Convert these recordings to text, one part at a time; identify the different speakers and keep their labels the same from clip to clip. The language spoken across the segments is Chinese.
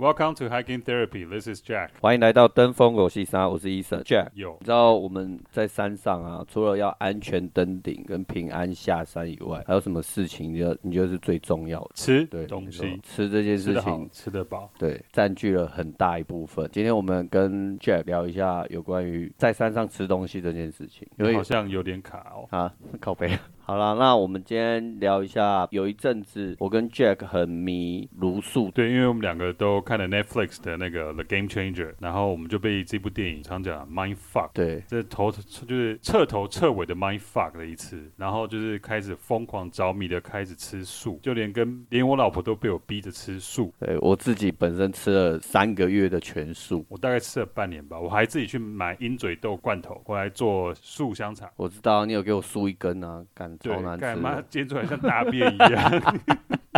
Speaker 1: Welcome to Hiking Therapy. This is Jack.
Speaker 2: 欢迎来到登峰游戏三，我是医生 Jack。
Speaker 1: 有
Speaker 2: 你知道我们在山上啊，除了要安全登顶跟平安下山以外，还有什么事情你就你就是最重要的？
Speaker 1: 吃
Speaker 2: 对，
Speaker 1: 东
Speaker 2: 没
Speaker 1: 西
Speaker 2: 错，吃这件
Speaker 1: 吃
Speaker 2: 事
Speaker 1: 得好
Speaker 2: 情，，
Speaker 1: 吃得饱。
Speaker 2: 对，占据了很大一部分。今天我们跟 Jack 聊一下有关于在山上吃东西这件事情，因为
Speaker 1: 好像有点卡哦。
Speaker 2: 啊， 靠背。好啦，那我们今天聊一下，有一阵子我跟 Jack 很迷茹素，
Speaker 1: 对，因为我们两个都看了 Netflix 的那个《The Game Changer》，然后我们就被这部电影常讲 mind fuck，
Speaker 2: 对，
Speaker 1: 这头就是彻头彻尾的 mind fuck 了一次，然后就是开始疯狂着迷的开始吃素，就连跟连我老婆都被我逼着吃素。
Speaker 2: 对我自己本身吃了三个月的全素，
Speaker 1: 我大概吃了半年吧，我还自己去买鹰嘴豆罐头回来做素香肠。
Speaker 2: 我知道你有给我梳一根啊，干
Speaker 1: 对
Speaker 2: 超，难
Speaker 1: 干
Speaker 2: 吃
Speaker 1: 妈
Speaker 2: 的。
Speaker 1: 煎出来像大便一样，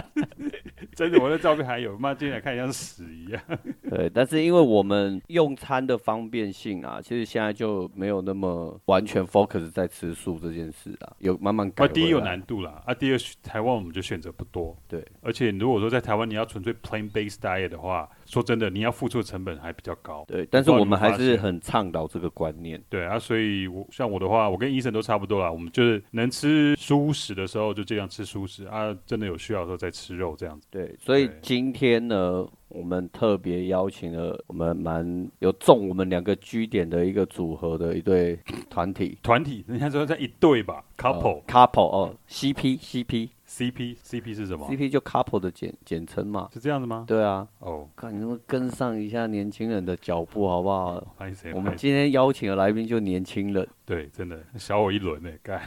Speaker 1: 真的，我的照片还有，妈煎起来看起来像屎一 样。哦
Speaker 2: 对，但是因为我们用餐的方便性啊，其实现在就没有那么完全 focus 在吃素这件事啊，有慢慢改
Speaker 1: 啊，
Speaker 2: 回来。
Speaker 1: 第一有难度啦，啊，第二台湾我们就选择不多，
Speaker 2: 对，
Speaker 1: 而且如果说在台湾你要纯粹 plain based diet 的话，说真的，你要付出的成本还比较高。
Speaker 2: 对，但是我们还
Speaker 1: 我不知道你有没
Speaker 2: 是
Speaker 1: 有发现
Speaker 2: 很倡导这个观念。
Speaker 1: 对啊，所以我像我的话，我跟医生都差不多啦。我们就是能吃蔬食的时候就尽量吃蔬食啊，真的有需要的时候再吃肉这样子。
Speaker 2: 对，所以
Speaker 1: 对
Speaker 2: 今天呢，我们特别邀请了我们蛮有中我们两个居点的一个组合的一对团体
Speaker 1: 团体人家说在一对吧，couple、
Speaker 2: 呃 couple 哦，CP CP
Speaker 1: CP CP 是什么？
Speaker 2: CP 就 couple 的简简称嘛。
Speaker 1: 是这样子吗？
Speaker 2: 对啊，
Speaker 1: 哦，
Speaker 2: 看你能不能跟上一下年轻人的脚步，好不好？
Speaker 1: 拍谁？
Speaker 2: 我
Speaker 1: 不好
Speaker 2: 们
Speaker 1: 意思
Speaker 2: 今天邀请的来宾就年轻人。
Speaker 1: 对，真的小我一轮呢， 干。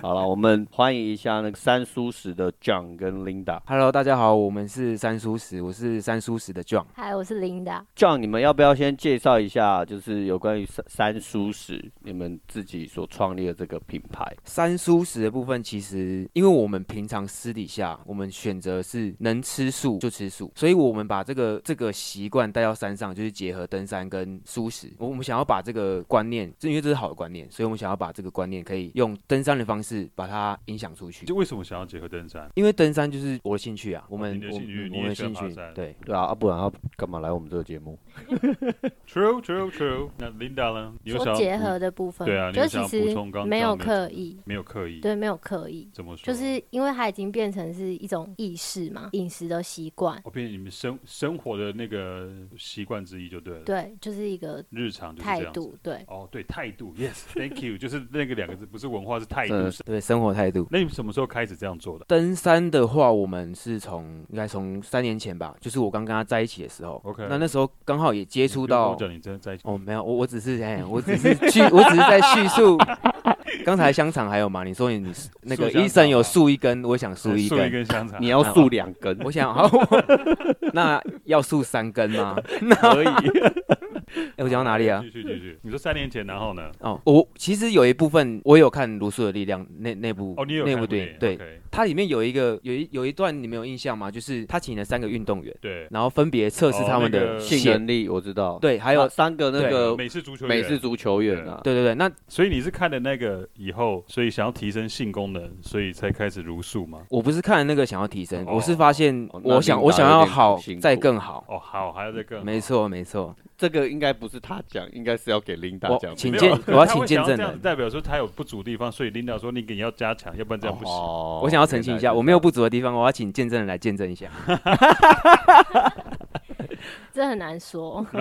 Speaker 2: 好了，我们欢迎一下那个三叔史的 John 跟 Linda。
Speaker 3: Hello，大家好，我们是三叔石，我是三叔石的 John。
Speaker 4: 嗨，我是琳达。
Speaker 2: John，你们要不要先介绍一下，就是有关于三三叔史你们自己所创立的这个品牌？
Speaker 3: 三叔石的部分，其实因为我们平常私底下，我们选择是能吃素就吃素，所以我们把这个这个习惯带到山上，就是结合登山跟素食。我我们想要把这个观念，正因为这是好的观念，所以我们想要把这个观念可以用登山的方式把它影响出去
Speaker 1: 就。为什么想要结合登山？
Speaker 3: 因为登山就是我的兴趣啊，我们
Speaker 1: 哦你的
Speaker 3: 我
Speaker 1: 兴趣
Speaker 3: 们
Speaker 1: 你
Speaker 3: 我
Speaker 1: 也
Speaker 3: 们的
Speaker 1: 喜欢
Speaker 3: 兴
Speaker 1: 爬
Speaker 3: 趣
Speaker 1: 山
Speaker 3: 对。
Speaker 2: 对啊，啊不然他干嘛来我们这个节目？
Speaker 1: True, true, true。那 Linda 呢？你有想
Speaker 4: 说
Speaker 1: 要
Speaker 4: 结
Speaker 1: 补
Speaker 4: 合的部分，
Speaker 1: 对啊你
Speaker 4: 就
Speaker 1: 有
Speaker 4: 其
Speaker 1: 想要补充
Speaker 4: 实
Speaker 1: 刚
Speaker 4: 没
Speaker 1: 刚没有
Speaker 4: 有刻意，
Speaker 1: 没有刻意？
Speaker 4: 对，没有刻意，
Speaker 1: 怎么说？
Speaker 4: 就是因为它已经变成是一种意识嘛，饮食的习惯，
Speaker 1: 我哦变成你们生生活的那个习惯之一就对了。，
Speaker 4: 对，就是一个
Speaker 1: 日常就是这
Speaker 4: 态
Speaker 1: 样子。
Speaker 4: 度，对。
Speaker 1: 哦，对，态度。Yes，Thank you，就是那个两个字，不是文化，是态
Speaker 2: 真
Speaker 1: 度
Speaker 2: 的。
Speaker 3: 对生活态度，
Speaker 1: 那你们什么时候开始这样做的
Speaker 3: 登山的话，我们是从应该从三年前吧，就是我刚跟他在一起的时候。
Speaker 1: ？OK，
Speaker 3: 那那时候刚好也接触
Speaker 1: 你
Speaker 3: 到
Speaker 1: 不用跟我，讲你真的在一起。
Speaker 3: 哦，没有，我我只是哎，我只是叙，我只是在叙 述。刚才香肠还有吗？你说你你那个
Speaker 1: 香肠
Speaker 3: 医生有
Speaker 1: 啊
Speaker 3: 竖一根，我也想竖一
Speaker 1: 竖一
Speaker 3: 根。
Speaker 1: 根香肠
Speaker 2: 你。要竖两根，
Speaker 3: 啊我想，好， 那要竖三根 吗？
Speaker 2: 可以。
Speaker 3: 哎，我讲到哪里啊？
Speaker 1: 继续继续。你说三年前，然后呢？
Speaker 3: 哦，我其实有一部分我有看《卢素的力量》那那部
Speaker 1: 哦，你也有
Speaker 3: 那
Speaker 1: 看过
Speaker 3: 部电影，对，
Speaker 1: OK，
Speaker 3: 它里面有一个有一有一段你们有印象吗？就是他请了三个运动员，
Speaker 1: 对。
Speaker 3: 然后分别测试
Speaker 1: 哦
Speaker 3: 他们
Speaker 1: 那
Speaker 3: 的
Speaker 1: 个
Speaker 2: 性
Speaker 3: 血
Speaker 2: 能力我知道，，
Speaker 3: 对，还有、
Speaker 2: 啊三个那个
Speaker 1: 美式足球员
Speaker 2: 美式足球员啊，
Speaker 3: 对对对，那
Speaker 1: 所以你是看了那个以后，所以想要提升性功能，所以才开始茹素吗？
Speaker 3: 我不是看那个想要提升，
Speaker 1: 哦
Speaker 3: 我是发现
Speaker 2: 哦那
Speaker 3: 我想
Speaker 2: 领导
Speaker 3: 我想
Speaker 2: 有
Speaker 3: 要
Speaker 2: 点
Speaker 3: 好
Speaker 2: 辛苦
Speaker 3: 再更好。
Speaker 1: 哦，好，还要再更好
Speaker 3: 没错，没错，
Speaker 2: 这个应该不是他讲，应该是要给琳达
Speaker 3: 我
Speaker 2: 讲的。
Speaker 3: 请
Speaker 1: 没有
Speaker 3: 见
Speaker 1: 可是
Speaker 3: 我要
Speaker 1: 他
Speaker 3: 请
Speaker 1: 会
Speaker 3: 见
Speaker 1: 想
Speaker 3: 证
Speaker 1: 这样
Speaker 3: 人
Speaker 1: 子代表说他有不足的地方，所以领导说你给要加强，要不然这样不行。
Speaker 2: 哦
Speaker 3: 我想要澄清一下，我没有不足的地方，我要请见证人来见证 一下。
Speaker 4: 这很难说，
Speaker 1: 嗯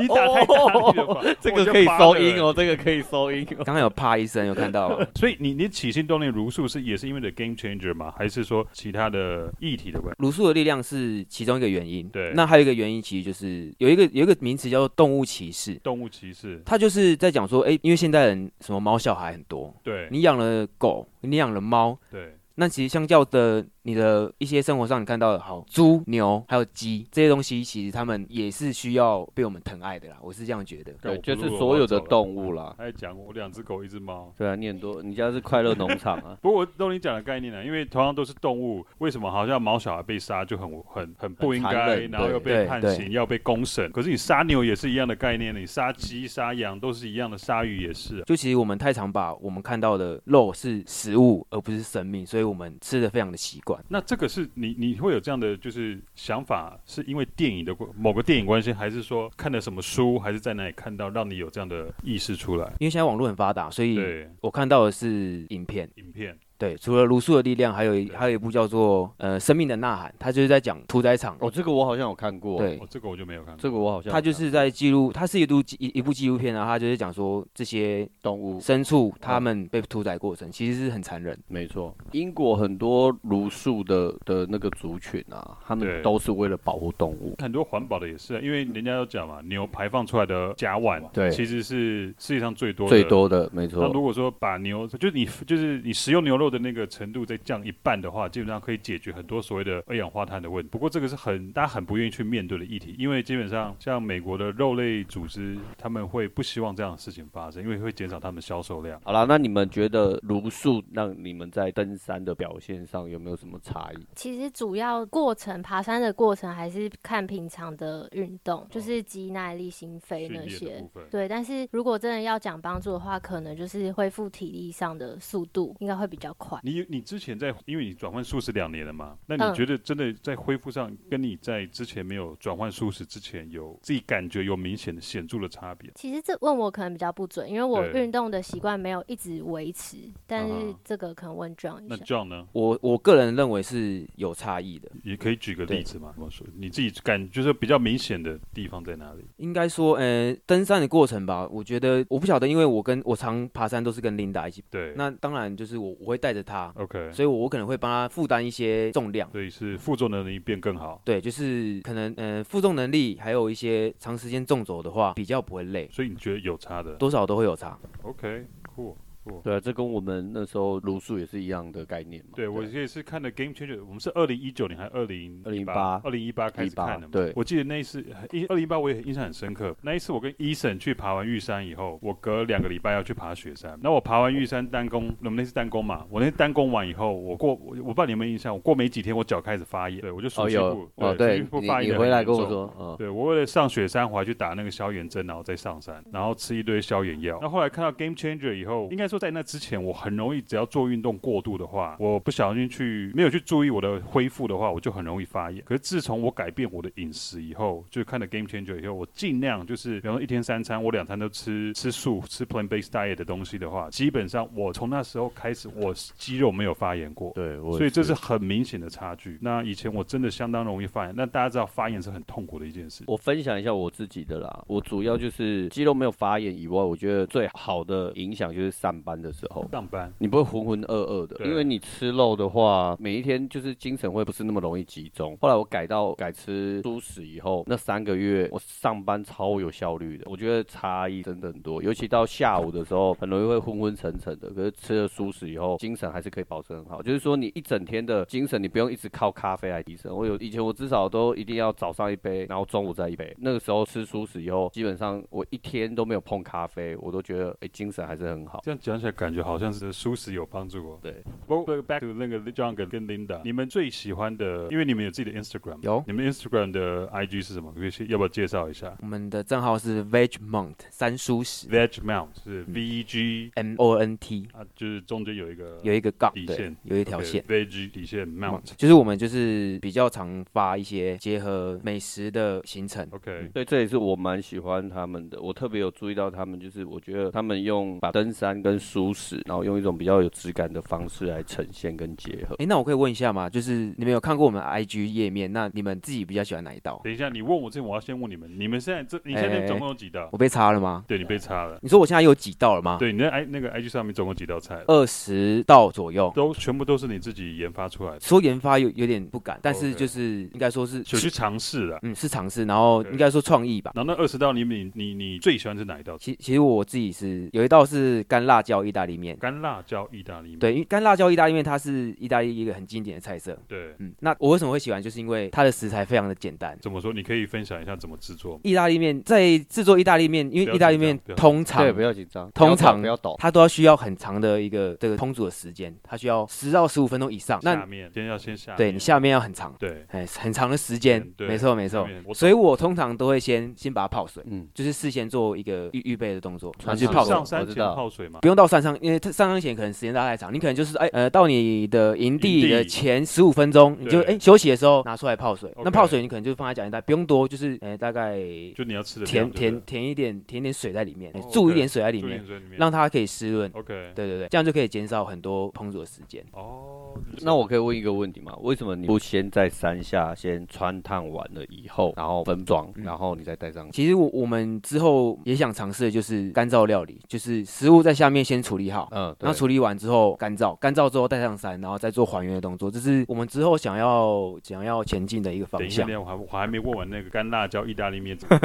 Speaker 1: 你打太大力了吧？
Speaker 2: 这
Speaker 1: 我
Speaker 2: 个
Speaker 1: 就
Speaker 2: 可以
Speaker 1: 发
Speaker 2: 收
Speaker 1: 了
Speaker 2: 音。哦，这个可以收音哦。
Speaker 3: 刚刚有怕医生有看到吗
Speaker 1: 所以你你起心动念茹素是也是因为的 game changer 吗？还是说其他的议题的问题？
Speaker 3: 鲁肃的力量是其中一个原因，
Speaker 1: 对
Speaker 3: 那还有一个原因其实就是有一个有一个名词叫做动物歧视，
Speaker 1: 动物歧视，
Speaker 3: 它就是在讲说，哎、因为现代人什么猫小孩很多，
Speaker 1: 对
Speaker 3: 你养了狗，你养了猫，
Speaker 1: 对
Speaker 3: 那其实相较的，你的一些生活上你看到的，好猪、牛还有鸡这些东西，其实他们也是需要被我们疼爱的啦。我是这样觉得。
Speaker 1: 干
Speaker 2: 对，
Speaker 1: 我不
Speaker 2: 就
Speaker 1: 录
Speaker 2: 是
Speaker 1: 了
Speaker 2: 所有的
Speaker 1: 我要走了
Speaker 2: 动物啦。
Speaker 1: 还讲我两只狗，一只猫。。
Speaker 2: 对啊，你很多，你家是快乐农场啊
Speaker 1: 不过我懂你讲的概念了，因为同样都是动物，为什么好像毛小孩被杀就很很很不应
Speaker 2: 残
Speaker 1: 该，
Speaker 2: 忍
Speaker 1: 然后又被
Speaker 3: 对
Speaker 1: 判
Speaker 3: 对
Speaker 1: 刑，要被公审？可是你杀牛也是一样的概念，你杀鸡、杀羊都是一样的，鲨鱼也是啊、
Speaker 3: 就其实我们太常把我们看到的肉是食物，而不是生命，所以我们吃的非常的习惯。短。
Speaker 1: 那这个是你你会有这样的就是想法，是因为电影的关某个电影关系，还是说看了什么书，还是在哪里看到让你有这样的意识出来？
Speaker 3: 因为现在网络很发达，所以
Speaker 1: 对，
Speaker 3: 我看到的是影片。
Speaker 1: 影片
Speaker 3: 对，除了《卢素的力量》，还有一还有一部叫做呃《生命的呐喊》，它就是在讲屠宰场。
Speaker 2: 哦，这个我好像有看过。
Speaker 3: 对
Speaker 1: 哦，，这个我就没有看过。
Speaker 2: 这个我好像有
Speaker 3: 它就
Speaker 2: 看
Speaker 3: 是在记录，它是一部纪一一部纪录片啊，它就是讲说这些
Speaker 2: 过动物，
Speaker 3: 牲畜
Speaker 1: 嗯
Speaker 3: 它们被屠宰过程，其实是很残忍。
Speaker 2: 没错。英国很多儒术的的那个族群啊，他们
Speaker 1: 对
Speaker 2: 都是为了保护动物。
Speaker 1: 很多环保的也是啊，因为人家都讲嘛，牛排放出来的甲烷，
Speaker 2: 对
Speaker 1: 其实是世界上最多的
Speaker 2: 最。多的没
Speaker 1: 那
Speaker 2: 错，
Speaker 1: 如果说把牛，就是你就是你食用牛肉的那个程度再降一半的话，基本上可以解决很多所谓的二氧化碳的问题。不过这个是很大家很不愿意去面对的议题，因为基本上像美国的肉类组织，他们会不希望这样的事情发生，因为会减少他们销售量。
Speaker 2: 好啦，那你们觉得儒术让你们在登山的表现上有没有什么差异？
Speaker 4: 其实主要过程爬山的过程还是看平常的运动，就是肌耐力、心肺
Speaker 1: 哦训
Speaker 4: 那
Speaker 1: 练的
Speaker 4: 些
Speaker 1: 部。分，
Speaker 4: 对，但是如果真的要讲帮助的话，可能就是恢复体力上的速度应该会比较快。
Speaker 1: 你你之前在，因为你转换素食两年了嘛，那
Speaker 4: 嗯
Speaker 1: 你觉得真的在恢复上，跟你在之前没有转换素食之前有自己感觉有明显的显著的差别？
Speaker 4: 其实这问我可能比较不准，因为我
Speaker 1: 对
Speaker 4: 运动的习惯没有一直维持，但
Speaker 1: 嗯
Speaker 4: 是
Speaker 1: 哼
Speaker 4: 这个可能问 John 一
Speaker 1: 那
Speaker 4: 下。
Speaker 1: John 呢？
Speaker 3: 我我个人认为是有差异的。
Speaker 1: 也可以举个
Speaker 3: 对
Speaker 1: 例子嘛？怎么说？你自己感就是比较明显的地方在哪里？
Speaker 3: 应该说，呃，登山的过程吧，我觉得我不晓得，因为我跟我常爬山都是跟 Linda 一起，
Speaker 1: 对，
Speaker 3: 那当然就是我我会带着她，
Speaker 1: OK，
Speaker 3: 所以我可能会帮她负担一些重量。
Speaker 1: 所以是负重能力变更好，
Speaker 3: 对，就是可能，呃，负重能力还有一些长时间纵走的话，比较不会累，
Speaker 1: 所以你觉得有差的
Speaker 3: 多少都会有差。
Speaker 1: ？OK，酷、
Speaker 2: 对啊，这跟我们那时候儒术也是一样的概念嘛。
Speaker 1: 对，我也是看的 Game Changer，我们是二零一九年还是二零
Speaker 2: 2018
Speaker 1: 二零一八开始看的嘛。
Speaker 2: 18对
Speaker 1: 我记得那一次一二零一八我也印象很深刻。那一次我跟 Eason 去爬完玉山以后，我隔两个礼拜要去爬雪山。那我爬完玉山单攻，我们那次单攻嘛，我那次单攻完以后，我过我我不知道你有没有印象，我过没几天我脚开始发炎，对我就暑
Speaker 2: 哦
Speaker 1: 期
Speaker 2: 有
Speaker 1: 部，
Speaker 2: 哦
Speaker 1: 对，
Speaker 2: 对
Speaker 1: 暑期部
Speaker 2: 你
Speaker 1: 发炎
Speaker 2: 你
Speaker 1: 得
Speaker 2: 回
Speaker 1: 很
Speaker 2: 来
Speaker 1: 严
Speaker 2: 跟我
Speaker 1: 重
Speaker 2: 说，嗯，
Speaker 1: 对，我为了上雪山，我还去打那个消炎针，然后再上山，然后吃一堆消炎药。那后来看到 Game Changer 以后，应该说在那之前，我很容易只要做运动过度的话，我不小心去没有去注意我的恢复的话，我就很容易发炎。可是自从我改变我的饮食以后，就看了 Game Changer 以后，我尽量就是，比方说一天三餐，我两餐都吃吃素，吃 plant based diet 的东西的话，基本上我从那时候开始，我肌肉没有发炎过。
Speaker 2: 对，我也
Speaker 1: 所以这是很明显的差距。那以前我真的相当容易发炎，那大家知道发炎是很痛苦的一件事。
Speaker 2: 我分享一下我自己的啦，我主要就是肌肉没有发炎以外，我觉得最好的影响就是上班的时候。
Speaker 1: 上班
Speaker 2: 你不会浑浑噩噩的，
Speaker 1: 对
Speaker 2: 因为你吃肉的话，每一天就是精神会不是那么容易集中。后来我改到改吃素食以后，那三个月我上班超有效率的，我觉得差异真的很多。尤其到下午的时候，很容易会昏昏沉沉的，可是吃了素食以后，精神还是可以保持很好。就是说你一整天的精神，你不用一直靠咖啡来提升。我有以前我至少都一定要早上一杯，然后中午再一杯。那个时候吃素食以后，基本上我一天都没有碰咖啡，我都觉得哎、诶精神还是很好。
Speaker 1: 这样讲起来，感觉好像是舒适有帮助哦。
Speaker 2: 对，
Speaker 1: 不过 back to 那个 John 跟跟 Linda，你们最喜欢的，因为你们有自己的 Instagram，
Speaker 3: 有
Speaker 1: 你们 Instagram 的 IG 是什么？可以先要不要介绍一下
Speaker 3: 我们的账号是 Veg Mont 三舒食
Speaker 1: ？Veg Mount 是 V E G
Speaker 3: M O N T，
Speaker 1: 啊，就是中间有一个
Speaker 3: 有一个杠，
Speaker 1: 底
Speaker 3: 对
Speaker 1: 线，
Speaker 3: 有一条线。
Speaker 1: ，Veg 底线 Mount。
Speaker 3: 就是我们就是比较常发一些结合美食的行程，
Speaker 1: OK，
Speaker 2: 对，这也是我蛮喜欢他们的。我特别有注意到他们，就是我觉得他们用把登山跟舒适，然后用一种比较有质感的方式来呈现跟结合。
Speaker 3: 诶，那我可以问一下吗？就是你们有看过我们 IG 页面，那你们自己比较喜欢哪一道？
Speaker 1: 等一下，你问我之前，我要先问你们，你们现在这你现在
Speaker 3: 哎
Speaker 1: 总共有几道？
Speaker 3: 我被插了吗？
Speaker 1: 对你被插了，
Speaker 3: 你说我现在有几道了吗？，
Speaker 1: 对，你那 I 那个 IG 上面总共几道菜？
Speaker 3: 二十道左右。
Speaker 1: 都全部都是你自己研发出来的，
Speaker 3: 说研发有有点不敢，但是
Speaker 1: OK
Speaker 3: 就是应该说是
Speaker 1: 有去尝试的。
Speaker 3: 嗯是尝试，然后
Speaker 1: OK
Speaker 3: 应该说创意吧。
Speaker 1: 然后那二十道里面，你你你最喜欢是哪一道？
Speaker 3: 其其实我自己是有一道是干辣椒意大利面，
Speaker 1: 干辣椒意大利面。
Speaker 3: 对，因为干辣椒意大利面它是意大利一个很经典的菜色。
Speaker 1: 对，
Speaker 3: 嗯，那我为什么会喜欢，就是因为它的食材非常的简单。
Speaker 1: 怎么说？你可以分享一下怎么制作吗？
Speaker 3: 意大利面在制作意大利面，因
Speaker 1: 不
Speaker 3: 为
Speaker 1: 要
Speaker 3: 意大利
Speaker 1: 紧张
Speaker 3: 面
Speaker 1: 不要紧
Speaker 3: 通常
Speaker 2: 对，不要紧张，
Speaker 3: 通常
Speaker 2: 不要抖。
Speaker 3: 它都要需要很长的一个这个烹煮的时间，它需要十到十五分钟以上。
Speaker 1: 下
Speaker 3: 那
Speaker 1: 面先要先下面，
Speaker 3: 对你下面要很长，
Speaker 1: 对，
Speaker 3: 哎，很长的时间，
Speaker 1: 对
Speaker 3: 没错没错
Speaker 1: 下。面我
Speaker 3: 所以我通常都会先先把它泡水，
Speaker 2: 嗯，
Speaker 3: 就是事先做一个预预备的动作，然
Speaker 2: 传
Speaker 3: 后去
Speaker 2: 上
Speaker 3: 泡
Speaker 2: 手
Speaker 3: 水
Speaker 1: 上，山
Speaker 2: 我知
Speaker 1: 前
Speaker 2: 道
Speaker 1: 泡水嘛，
Speaker 3: 不用用到上上，因为它上上前可能时间拉太长，你可能就是哎呃到你的营
Speaker 1: 营
Speaker 3: 地
Speaker 1: 地
Speaker 3: 的前十五分钟，你就
Speaker 1: 对
Speaker 3: 哎休息的时候拿出来泡水。那
Speaker 1: OK
Speaker 3: 泡水你可能就放在脚印袋，不用多，就是哎大概
Speaker 1: 就你要吃的
Speaker 3: 填
Speaker 1: 量对
Speaker 3: 填
Speaker 1: 不
Speaker 3: 填一点填一点水在里面
Speaker 1: 哦，
Speaker 3: 注一
Speaker 1: OK，
Speaker 3: 点水在里
Speaker 1: 对注
Speaker 3: 面
Speaker 1: 进，水里面哦
Speaker 3: 让它可以湿润。
Speaker 1: OK
Speaker 3: 对对对，这样就可以减少很多烹煮的时间。
Speaker 1: 哦，
Speaker 2: 那我可以问一个问题吗？为什么你不先在山下先穿烫完了以后，然后分装，
Speaker 3: 嗯
Speaker 2: 然后你再带上去？
Speaker 3: 其实我我们之后也想尝试的就是干燥料理，就是食物在下面先处理好，
Speaker 2: 嗯，对
Speaker 3: 然后处理完之后干燥，干燥之后带上山，然后再做还原的动作，这是我们之后想要想要前进的一个
Speaker 1: 等
Speaker 3: 方
Speaker 1: 一下，
Speaker 3: 向
Speaker 1: 等一。下我还我还没问完那个干辣椒意大利面怎 么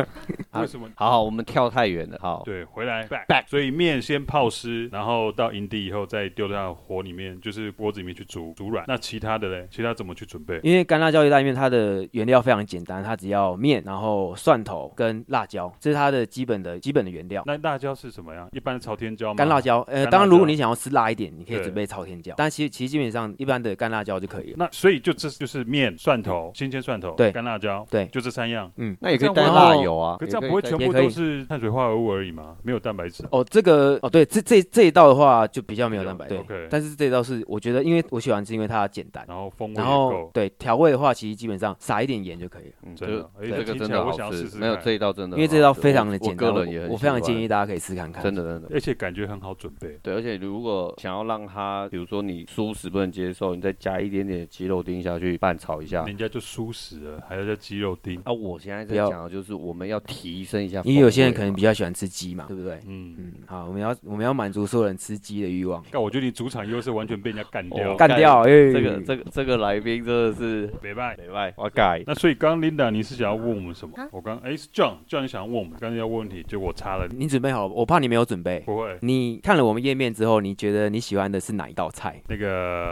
Speaker 1: 样，为什么？
Speaker 2: 好好，我们跳太远了。好，
Speaker 1: 对，回来 back,
Speaker 2: Back
Speaker 1: 所以面先泡湿，然后到营地以后再丢到火里面，就是锅子里面去煮煮软。那其他的嘞，其他怎么去准备？
Speaker 3: 因为干辣椒意大利面它的原料非常简单，它只要面，然后蒜头跟辣椒，这是它的基本的基本的原料。
Speaker 1: 那辣椒是什么呀？一般的朝天椒吗？
Speaker 3: 干辣椒，
Speaker 1: 干
Speaker 3: 呃，
Speaker 1: 辣椒
Speaker 3: 当然如果你想要吃辣一点，你可以
Speaker 1: 对
Speaker 3: 准备朝天椒，但其实其实基本上一般的干辣椒就可以了。
Speaker 1: 那所以就这就是面、蒜头、新鲜蒜头，
Speaker 3: 对
Speaker 1: 干辣椒，
Speaker 3: 对
Speaker 1: 就这三样。
Speaker 3: 嗯，
Speaker 2: 那也可以
Speaker 1: 这样
Speaker 2: 带
Speaker 3: 我
Speaker 2: 辣油啊。
Speaker 1: 可
Speaker 2: 也
Speaker 1: 这样不会
Speaker 2: 带
Speaker 1: 全
Speaker 3: 也
Speaker 1: 部
Speaker 3: 可以
Speaker 1: 都是碳水化合物而已吗？没有蛋白质。
Speaker 3: 哦，这个哦，对，这这这一道的话就比较没有蛋白，
Speaker 1: 比
Speaker 3: 对
Speaker 1: 较。OK
Speaker 3: 但是这一道是我觉得，因为我喜欢吃，因为它简单。
Speaker 2: 啊
Speaker 1: 然后风味也
Speaker 3: 然后
Speaker 1: 够，
Speaker 3: 对调味的话，其实基本上撒一点盐就可以了，
Speaker 2: 嗯
Speaker 1: 真
Speaker 2: 这
Speaker 1: 的哎
Speaker 2: 这
Speaker 1: 这
Speaker 2: 个
Speaker 1: 听
Speaker 2: 真
Speaker 1: 起来
Speaker 2: 的
Speaker 1: 我
Speaker 2: 好
Speaker 1: 想
Speaker 2: 吃
Speaker 1: 试试
Speaker 2: 没有
Speaker 1: 看
Speaker 2: 这一道真的很好
Speaker 3: 因
Speaker 2: 吃，
Speaker 3: 为这道非常的简单，
Speaker 2: 啊我我个人也很
Speaker 3: 我非常
Speaker 2: 喜欢
Speaker 3: 建议大家可以试看看。
Speaker 2: 真的真的。
Speaker 1: 而且感觉很好准备。
Speaker 2: 对，而且如果想要让它，比如说你素食不能接受，你再加一点点鸡肉丁下去拌炒一
Speaker 3: 啊
Speaker 2: 下。
Speaker 1: 人家就舒适了，还要叫鸡肉丁。
Speaker 2: 啊，我现在在
Speaker 3: 不要
Speaker 2: 讲的就是我们要提升一下风味嘛，
Speaker 3: 因为有些人可能比较喜欢吃鸡嘛，对不对？
Speaker 1: 嗯，
Speaker 3: 嗯，好，我们要我们要满足所有人吃鸡的欲望，
Speaker 1: 但我觉得你主场优势完全被人家干
Speaker 2: 哦
Speaker 1: 掉，
Speaker 3: 干掉哎，
Speaker 2: 这
Speaker 3: 这
Speaker 2: 个这个这个来宾真的是
Speaker 1: 没办
Speaker 2: 没办嗯法，我改。
Speaker 1: 那所以刚刚 Linda 你是想要问我们什么
Speaker 4: 啊？
Speaker 1: 我刚哎是 John John 想问我们，刚才要问问题，结果我插了你，
Speaker 3: 你准备好了？我怕你没有准备。
Speaker 1: 不会。
Speaker 3: 你看了我们页面之后，你觉得你喜欢的是哪一道菜？
Speaker 1: 那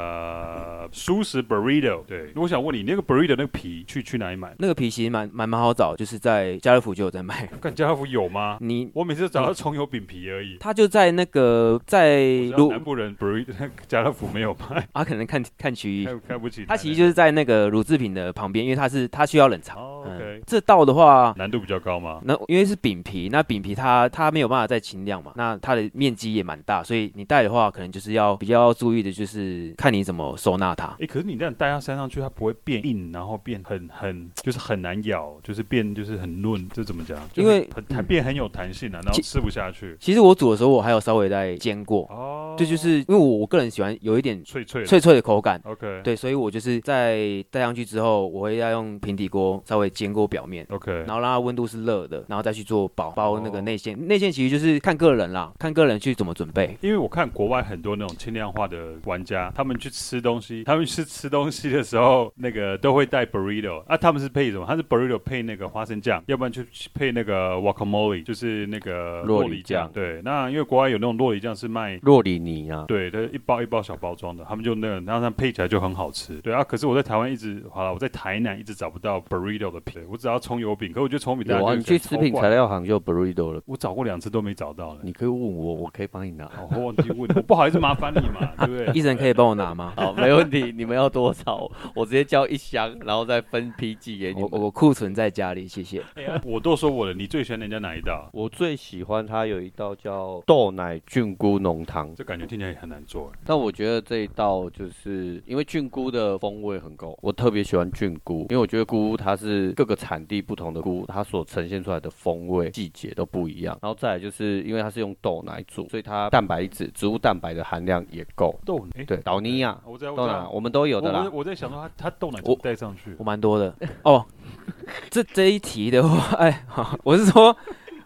Speaker 1: 个素食 burrito，对，我想问你，那个 burrito 那个皮去去哪里买？
Speaker 3: 那个皮其实蛮蛮蛮好找，就是在家乐福就有在卖。
Speaker 1: 看家乐福有吗？
Speaker 3: 你
Speaker 1: 我每次找到葱油饼皮而已。
Speaker 3: 他就在那个在
Speaker 1: 我知道
Speaker 3: 如
Speaker 1: 南部人 burrito 家乐福没有卖，
Speaker 3: 啊，可能看看区域，
Speaker 1: 看看不起台南人。
Speaker 3: 它其实就是在那个乳制品的旁边，因为它是它需要冷藏。
Speaker 1: 哦
Speaker 3: 嗯
Speaker 1: OK
Speaker 3: 这道的话，
Speaker 1: 难度比较高吗？
Speaker 3: 那因为是饼皮，那饼皮它它没有办法再清亮嘛，那它的面积也蛮大，所以你带的话，可能就是要比较注意的，就是看你怎么收纳它。
Speaker 1: 哎，可是你这样带它山上去，它不会变硬，然后变很很就是很难咬，就是变就是很嫩，这怎么讲？就
Speaker 3: 因为
Speaker 1: 很很变很有弹性啊，然后
Speaker 3: 其
Speaker 1: 吃不下去。
Speaker 3: 其实我煮的时候，我还有稍微在煎过，
Speaker 1: 哦，
Speaker 3: 这、就是因为我我个人喜欢有一点
Speaker 1: 脆脆的。
Speaker 3: 脆脆的口感。
Speaker 1: OK
Speaker 3: 对，所以我就是在带上去之后，我会要用平底锅稍微煎过表面，
Speaker 1: OK，
Speaker 3: 然后让它温度是热的，然后再去做包包那个
Speaker 1: 哦
Speaker 3: 内馅。内馅其实就是看个人啦，看个人去怎么准 备。
Speaker 1: 因为我看国外很多那种轻量化的玩家，他们去吃东西，他们去吃东西的时候，那个都会带 burrito 啊，他们是配什么？他是 burrito 配那个花生酱，要不然就配那个 guacamole，就是那个
Speaker 2: 洛
Speaker 1: 洛
Speaker 2: 梨
Speaker 1: 梨
Speaker 2: 酱
Speaker 1: 酱。对，那因为国外有那种洛梨酱是卖
Speaker 2: 洛里尼啊，
Speaker 1: 对，它一包一包小包装的，他们就那个，然后它配起来就很好吃。对啊，可是我在台湾一直，好了，我在台南一直找不到 burrito 的皮，我只要葱油饼，可我觉得葱油饼大
Speaker 2: 有
Speaker 1: 家
Speaker 2: 啊，
Speaker 1: 就
Speaker 2: 你
Speaker 1: 觉得
Speaker 2: 去
Speaker 1: 超
Speaker 2: 食品
Speaker 1: 怪
Speaker 2: 材，料行就有 burrito 了，
Speaker 1: 我找过两次都没找到了。
Speaker 2: 你可以问我，我可以帮 你拿。
Speaker 1: 哦我忘记问，我不好意思麻烦你 嘛，对不对？
Speaker 3: 医生可以帮我拿吗？
Speaker 2: 好，没问题。你们要多少？我直接叫一箱，然后再分批寄给你
Speaker 3: 我
Speaker 2: 们。
Speaker 3: 我库存在家里，谢谢。
Speaker 1: 哎呀我都说我了，你最喜欢人家哪一道？
Speaker 2: 我最喜欢它有一道叫豆奶菌菇浓汤，
Speaker 1: 这感觉听起来也很难做。
Speaker 2: 但我觉得这一道就是因为菌菇的风味很够，我特别喜欢菌菇，因为我觉得菇它是各个产地不同的菇，它所呈现出来的风味、季节都不一样。然后再来就是因为它是用豆奶煮，所以它蛋白质、植物蛋白的含量也够。
Speaker 1: 豆奶，哎
Speaker 2: 对，岛尼亚
Speaker 1: 啊我知道，我
Speaker 2: 豆
Speaker 1: 知
Speaker 2: 奶
Speaker 1: 道，
Speaker 2: 我们都有
Speaker 1: 我
Speaker 2: 的啦
Speaker 1: 我。我在想说他他豆奶怎么
Speaker 3: 我
Speaker 1: 带上去
Speaker 3: 我？蛮多的哦。 这这一题的话，哎，好，我是说，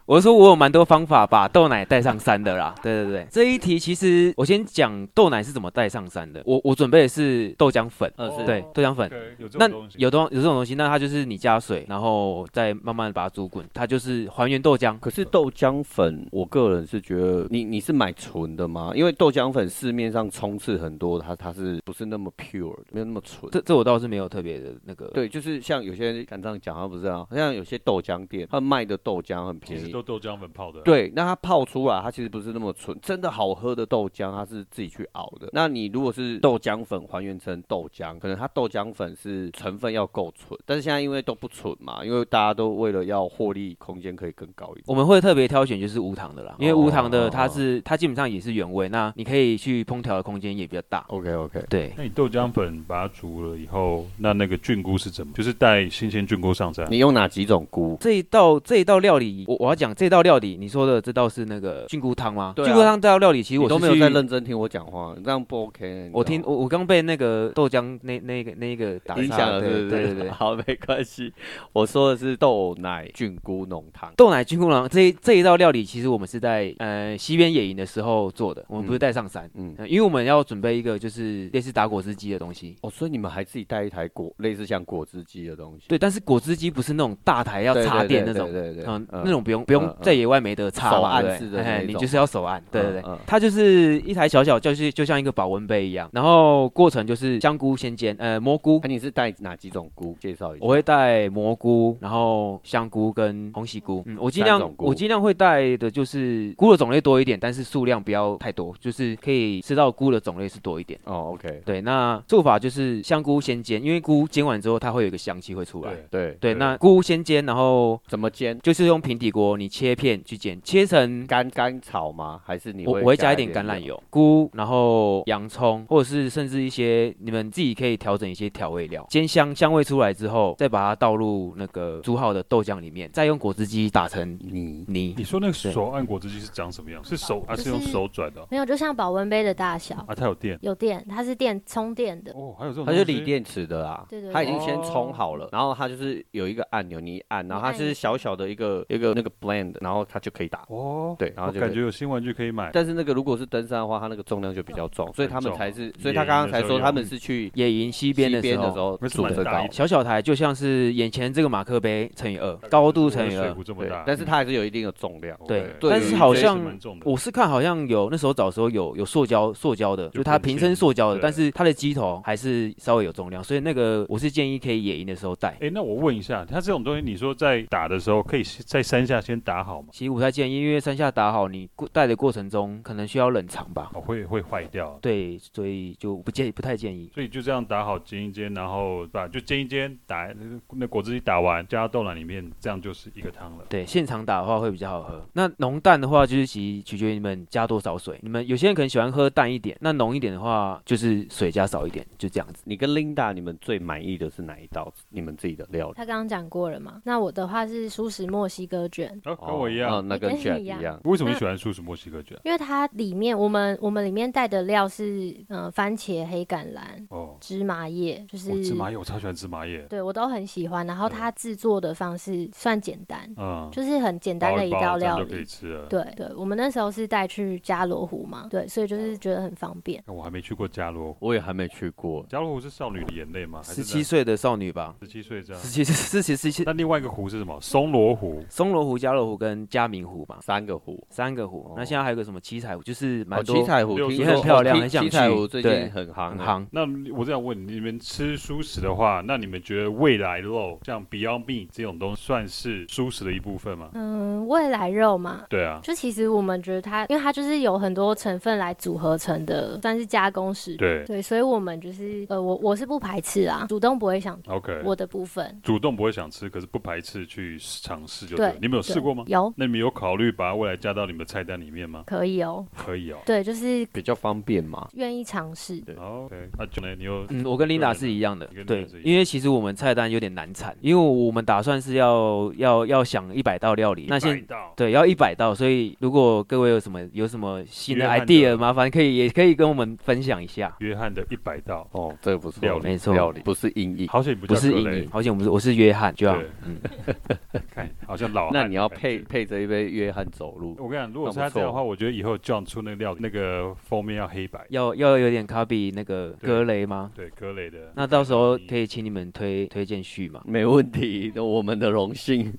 Speaker 3: 我是说我有蛮多方法把豆奶带上山的啦。对对对，这一题其实我先讲豆奶是怎么带上山的。我我准备的是豆浆粉，
Speaker 2: 呃是
Speaker 3: 对，豆浆粉。
Speaker 1: OK，有这
Speaker 3: 那
Speaker 1: 种东西。
Speaker 3: 有东有这种东西，那它就是你加水，然后再慢慢地把它煮滚，它就是还原豆浆。
Speaker 2: 可是豆浆粉，我个人是觉得你你是买纯的吗？因为豆浆粉市面上充斥很多，它它是不是那么 pure，的没有那么纯。
Speaker 3: 这这我倒是没有特别的那个。
Speaker 2: 对，就是像有些人敢这样讲，他不是啊，像有些豆浆店，他卖的豆浆很便宜，
Speaker 1: 都豆浆粉泡的。，
Speaker 2: 对，那它泡出来，它其实不是那么纯，真的好喝的豆浆，它是自己去熬的。那你如果是豆浆粉还原成豆浆，可能它豆浆粉是成分要够纯，但是现在因为都不纯嘛，因为大家都为了要获利空间可以更高一点。
Speaker 3: 我们会特别挑选就是无糖的啦，因为无糖
Speaker 2: 哦
Speaker 3: 的它是它基本上也是原味，那你可以去烹调的空间也比较大。
Speaker 2: OK OK，
Speaker 3: 对，
Speaker 1: 那你豆浆粉把它煮了以后，那那个菌菇是怎么？就是带新鲜菌菇上山。
Speaker 2: 你用哪几种菇？
Speaker 3: 这一道这一道料理，我我要讲这道料理，你说的这道是那个菌菇汤吗？
Speaker 2: 对啊
Speaker 3: 菌菇汤这道料理其实
Speaker 2: 你
Speaker 3: 我
Speaker 2: 都
Speaker 3: 是
Speaker 2: 没有在
Speaker 3: 去
Speaker 2: 认真听我讲话，这样不 OK 啊你知道吗。
Speaker 3: 我听我我刚被那个豆浆那那个那个打
Speaker 2: 影
Speaker 3: 岔
Speaker 2: 响了，
Speaker 3: 对
Speaker 2: 是不
Speaker 3: 对
Speaker 2: 是？
Speaker 3: 对对
Speaker 2: 好，没关系。我说的是豆奶菌菇浓汤。
Speaker 3: 豆奶菌菇郎这一这一道料理，其实我们是在呃西边野营的时候做的，我们不是带上山、
Speaker 2: 嗯，
Speaker 3: 呃因为我们要准备一个就是类似打果汁机的东西。
Speaker 2: 哦，所以你们还自己带一台果类似像果汁机的东西，
Speaker 3: 对，但是果汁机不是那种大台要
Speaker 2: 对，
Speaker 3: 插
Speaker 2: 对
Speaker 3: 电那
Speaker 2: 对
Speaker 3: 种，
Speaker 2: 对对对
Speaker 3: 嗯，
Speaker 2: 嗯
Speaker 3: 那种不用不用
Speaker 2: 嗯
Speaker 3: 在野外没得插
Speaker 2: 手
Speaker 3: 吧，
Speaker 2: 按
Speaker 3: 对不
Speaker 2: 式
Speaker 3: 对
Speaker 2: 的
Speaker 3: 哎
Speaker 2: 那
Speaker 3: 你
Speaker 2: 种
Speaker 3: 就是要手按，对对
Speaker 2: 嗯
Speaker 3: 对
Speaker 2: 嗯。
Speaker 3: 它就是一台小小，就是就像一个保温杯一样，然后过程就是香菇先煎，呃，蘑菇
Speaker 2: 那、，你是带哪几种菇？介绍一下。
Speaker 3: 我会带蘑菇，然后香菇跟红喜菇。嗯，我尽
Speaker 2: 三种
Speaker 3: 量
Speaker 2: 菇
Speaker 3: 我尽量会带的就是菇的种类多一点，但是数量不要太多，就是可以吃到菇的种类是多一点。
Speaker 2: 哦，OK，
Speaker 3: 对，那做法就是香菇先煎，因为菇煎完之后它会有一个香气会
Speaker 2: 啊
Speaker 3: 出来。
Speaker 1: 对
Speaker 2: 对，
Speaker 3: 对，
Speaker 1: 对
Speaker 3: 那菇先煎，然后
Speaker 2: 怎么煎？
Speaker 3: 就是用平底锅你切片去煎，切成
Speaker 2: 干干炒吗？还是你
Speaker 3: 我
Speaker 2: 会
Speaker 3: 我会加
Speaker 2: 一
Speaker 3: 一点橄榄。油、菇，然后洋葱，或者是甚至一些你们自己可以调整一些调味料，煎香香味出来之后，再把它倒入那个煮好的豆浆里面，再用果汁机打成
Speaker 2: 你
Speaker 3: 泥
Speaker 1: 你。说那个手按果汁机是长什么样？是手还、啊、
Speaker 4: 就是
Speaker 1: 是用手转的哦？
Speaker 4: 没有，就像保温杯的大小，
Speaker 1: 啊，它有电
Speaker 4: 有电，它是电充电的，
Speaker 1: 哦，还有这种
Speaker 2: 它
Speaker 1: 东
Speaker 2: 是
Speaker 1: 西，
Speaker 2: 锂电池的啦，
Speaker 4: 对对对
Speaker 2: 它已经先充好哦了，然后它就是有一个按钮，你一按，然后它
Speaker 4: 你按一
Speaker 2: 是
Speaker 4: 下
Speaker 2: 小小的一个一个那个 blend，然后它就可以打。
Speaker 1: 哦，
Speaker 2: 对，然后
Speaker 1: 我
Speaker 2: 就可以
Speaker 1: 感觉有新玩具可以买。
Speaker 2: 但是那个如果是登山的话，它那个重量就比较重，所以他们
Speaker 1: 重
Speaker 2: 才是，所
Speaker 1: 野
Speaker 2: 以他
Speaker 1: 营
Speaker 2: 刚刚
Speaker 1: 的
Speaker 2: 才
Speaker 1: 时候
Speaker 2: 说
Speaker 1: 用
Speaker 2: 他们是去
Speaker 3: 野营西
Speaker 2: 西
Speaker 3: 边
Speaker 2: 边
Speaker 3: 的时
Speaker 2: 的时
Speaker 3: 候，
Speaker 2: 候
Speaker 1: 那是
Speaker 2: 煮
Speaker 1: 蛮
Speaker 2: 这
Speaker 1: 大
Speaker 2: 道
Speaker 1: 一，
Speaker 3: 小小台就像是眼前这个马克杯乘以二，高度乘以
Speaker 1: 水
Speaker 3: 二
Speaker 1: 壶。这么
Speaker 2: 对
Speaker 1: 大，，嗯
Speaker 2: 但是它还是有一定的重量。
Speaker 3: 对
Speaker 2: 对
Speaker 3: 但
Speaker 2: 于
Speaker 3: 是好
Speaker 2: 这
Speaker 1: 也是
Speaker 3: 像
Speaker 1: 蛮重的
Speaker 3: 我是看好像有那时候找的时候有有塑胶塑胶的，就是它
Speaker 1: 平
Speaker 3: 瓶
Speaker 1: 身
Speaker 3: 身塑胶的，
Speaker 1: 对
Speaker 3: 但是它的机头还是稍微有重量，所以那个我是建议可以野营的时候带。
Speaker 1: 哎，那我问一下，它这种东西，你说在打的时候可以先在山下先打好吗？
Speaker 3: 其实不太建议，因为山下打好，你过带的过程中可能需要冷藏吧。
Speaker 1: 哦会会坏掉啊。
Speaker 3: 对，所以就不建议，不太建议。
Speaker 1: 所以就这样打好煎一煎，然后把就煎一煎，打那果汁机打完，加到豆奶里面，这样就是一个汤了。
Speaker 3: 对，现场打的话会比较好喝。那浓淡的话，就是其取决于你们加多少水。你们有些人可能喜欢喝淡一点，那浓一点的话，就是水加少一点，就这样子。
Speaker 2: 你跟 Linda 你们最满意的是哪一道？你们自己的料理？
Speaker 4: 他刚刚讲过了嘛。那我的话是舒适墨西哥卷，
Speaker 1: 啊，跟我一样。
Speaker 2: 哦那
Speaker 4: 你
Speaker 2: 跟
Speaker 4: 跟
Speaker 2: Jack
Speaker 4: 你一
Speaker 2: 一
Speaker 4: 样
Speaker 2: 样。
Speaker 1: 为什么你喜欢素食墨西哥卷？
Speaker 4: 因为它里面我们我们里面带的料是呃番茄、黑橄榄、
Speaker 1: 哦，
Speaker 4: 芝麻叶，就是、
Speaker 1: 我芝麻叶，我超喜欢芝麻叶。
Speaker 4: 对我都很喜欢。然后
Speaker 1: 对
Speaker 4: 它制作的方式算简单，
Speaker 1: 嗯，
Speaker 4: 就是很简单
Speaker 1: 包
Speaker 4: 的
Speaker 1: 一
Speaker 4: 道
Speaker 1: 包这样
Speaker 4: 料
Speaker 1: 就可以
Speaker 4: 理。
Speaker 1: 吃了。
Speaker 4: 对对，我们那时候是带去加罗湖嘛，对，所以就是觉得很方便。
Speaker 1: 那我还没去过加罗湖，
Speaker 2: 我也还没去过，
Speaker 1: 加罗湖是少女的眼泪吗？还是
Speaker 3: 十七岁的少女吧，
Speaker 1: 十七岁
Speaker 2: 啊
Speaker 1: 这样
Speaker 3: 十。七、十七、十七
Speaker 1: 那，另外一个湖是什么？松罗湖。
Speaker 3: 松罗湖、加罗湖跟嘉明湖吧，
Speaker 2: 三个湖，
Speaker 3: 三个湖。
Speaker 2: 哦
Speaker 3: 那现在还有个什么七彩湖，就是
Speaker 2: 哦，
Speaker 3: 蛮多
Speaker 2: 七彩湖
Speaker 1: 六
Speaker 2: 听
Speaker 1: 十
Speaker 2: 说
Speaker 1: 很
Speaker 3: 漂亮
Speaker 2: 哦七
Speaker 3: 很想
Speaker 2: 七彩
Speaker 3: 去
Speaker 2: 湖最
Speaker 3: 对
Speaker 2: 近很夯
Speaker 3: 很
Speaker 2: 欸，
Speaker 3: 行。
Speaker 1: 那我这样问你们，吃素食的话，那你们觉得未来肉像 Beyond Meat 这种东西算是素食的一部分吗？
Speaker 4: 嗯，未来肉嘛，
Speaker 1: 对啊，
Speaker 4: 就其实我们觉得它，因为它就是有很多成分来组合成的，算是加工食品。
Speaker 1: 对
Speaker 4: 对，所以我们就是呃，我我是不排斥啊，主动不会想
Speaker 1: ，OK。
Speaker 4: 我的部分。
Speaker 1: 主动不会想吃，可是不排斥去尝试就
Speaker 4: 对
Speaker 1: 了，你们有试
Speaker 4: 对
Speaker 1: 过吗？
Speaker 4: 有，
Speaker 1: 那你们有考虑把它未来加到你们的菜单里面吗？
Speaker 4: 可以哦。
Speaker 1: 可以哦。
Speaker 4: 对，就是
Speaker 2: 比较方便嘛。
Speaker 4: 愿意尝试。
Speaker 2: 对
Speaker 1: 好，OK。那哦就呢，你有
Speaker 3: 嗯，我跟琳达是一样的
Speaker 1: 啊你跟，
Speaker 3: 对
Speaker 1: Linda 是一，样
Speaker 3: 因为其实我们菜单有点难产，因为我们打算是要要要想一百道料理，那
Speaker 1: 百
Speaker 3: 现
Speaker 1: 道
Speaker 3: 对要一百道，所以如果各位有什么有什么新的
Speaker 1: 约翰的
Speaker 3: idea，麻烦可以也可以跟我们分享一下。
Speaker 1: 约翰的一百道，
Speaker 2: 哦，这个不错，
Speaker 1: 料理
Speaker 3: 没错，
Speaker 2: 料理不是硬硬。
Speaker 1: 好险你不
Speaker 3: 不
Speaker 1: 叫
Speaker 3: 是
Speaker 1: 格
Speaker 3: 英
Speaker 1: 雷
Speaker 3: 语，，好像我们是我是约翰，就要
Speaker 1: 对
Speaker 3: 嗯，
Speaker 1: 看好像老汉的感觉。
Speaker 2: 那你要配配着一杯约翰走路，
Speaker 1: 我跟你讲，如果是
Speaker 2: 那
Speaker 1: 他
Speaker 2: 不
Speaker 1: 这
Speaker 2: 错
Speaker 1: 样的话，我觉得以后 John 出那个料，那个封面要黑白，
Speaker 3: 要要有点 copy 那个
Speaker 1: 对
Speaker 3: 格雷吗？
Speaker 1: 对，格雷的。
Speaker 3: 那到时候可 以请你们推推荐序嘛？
Speaker 2: 没问题，我们的荣幸。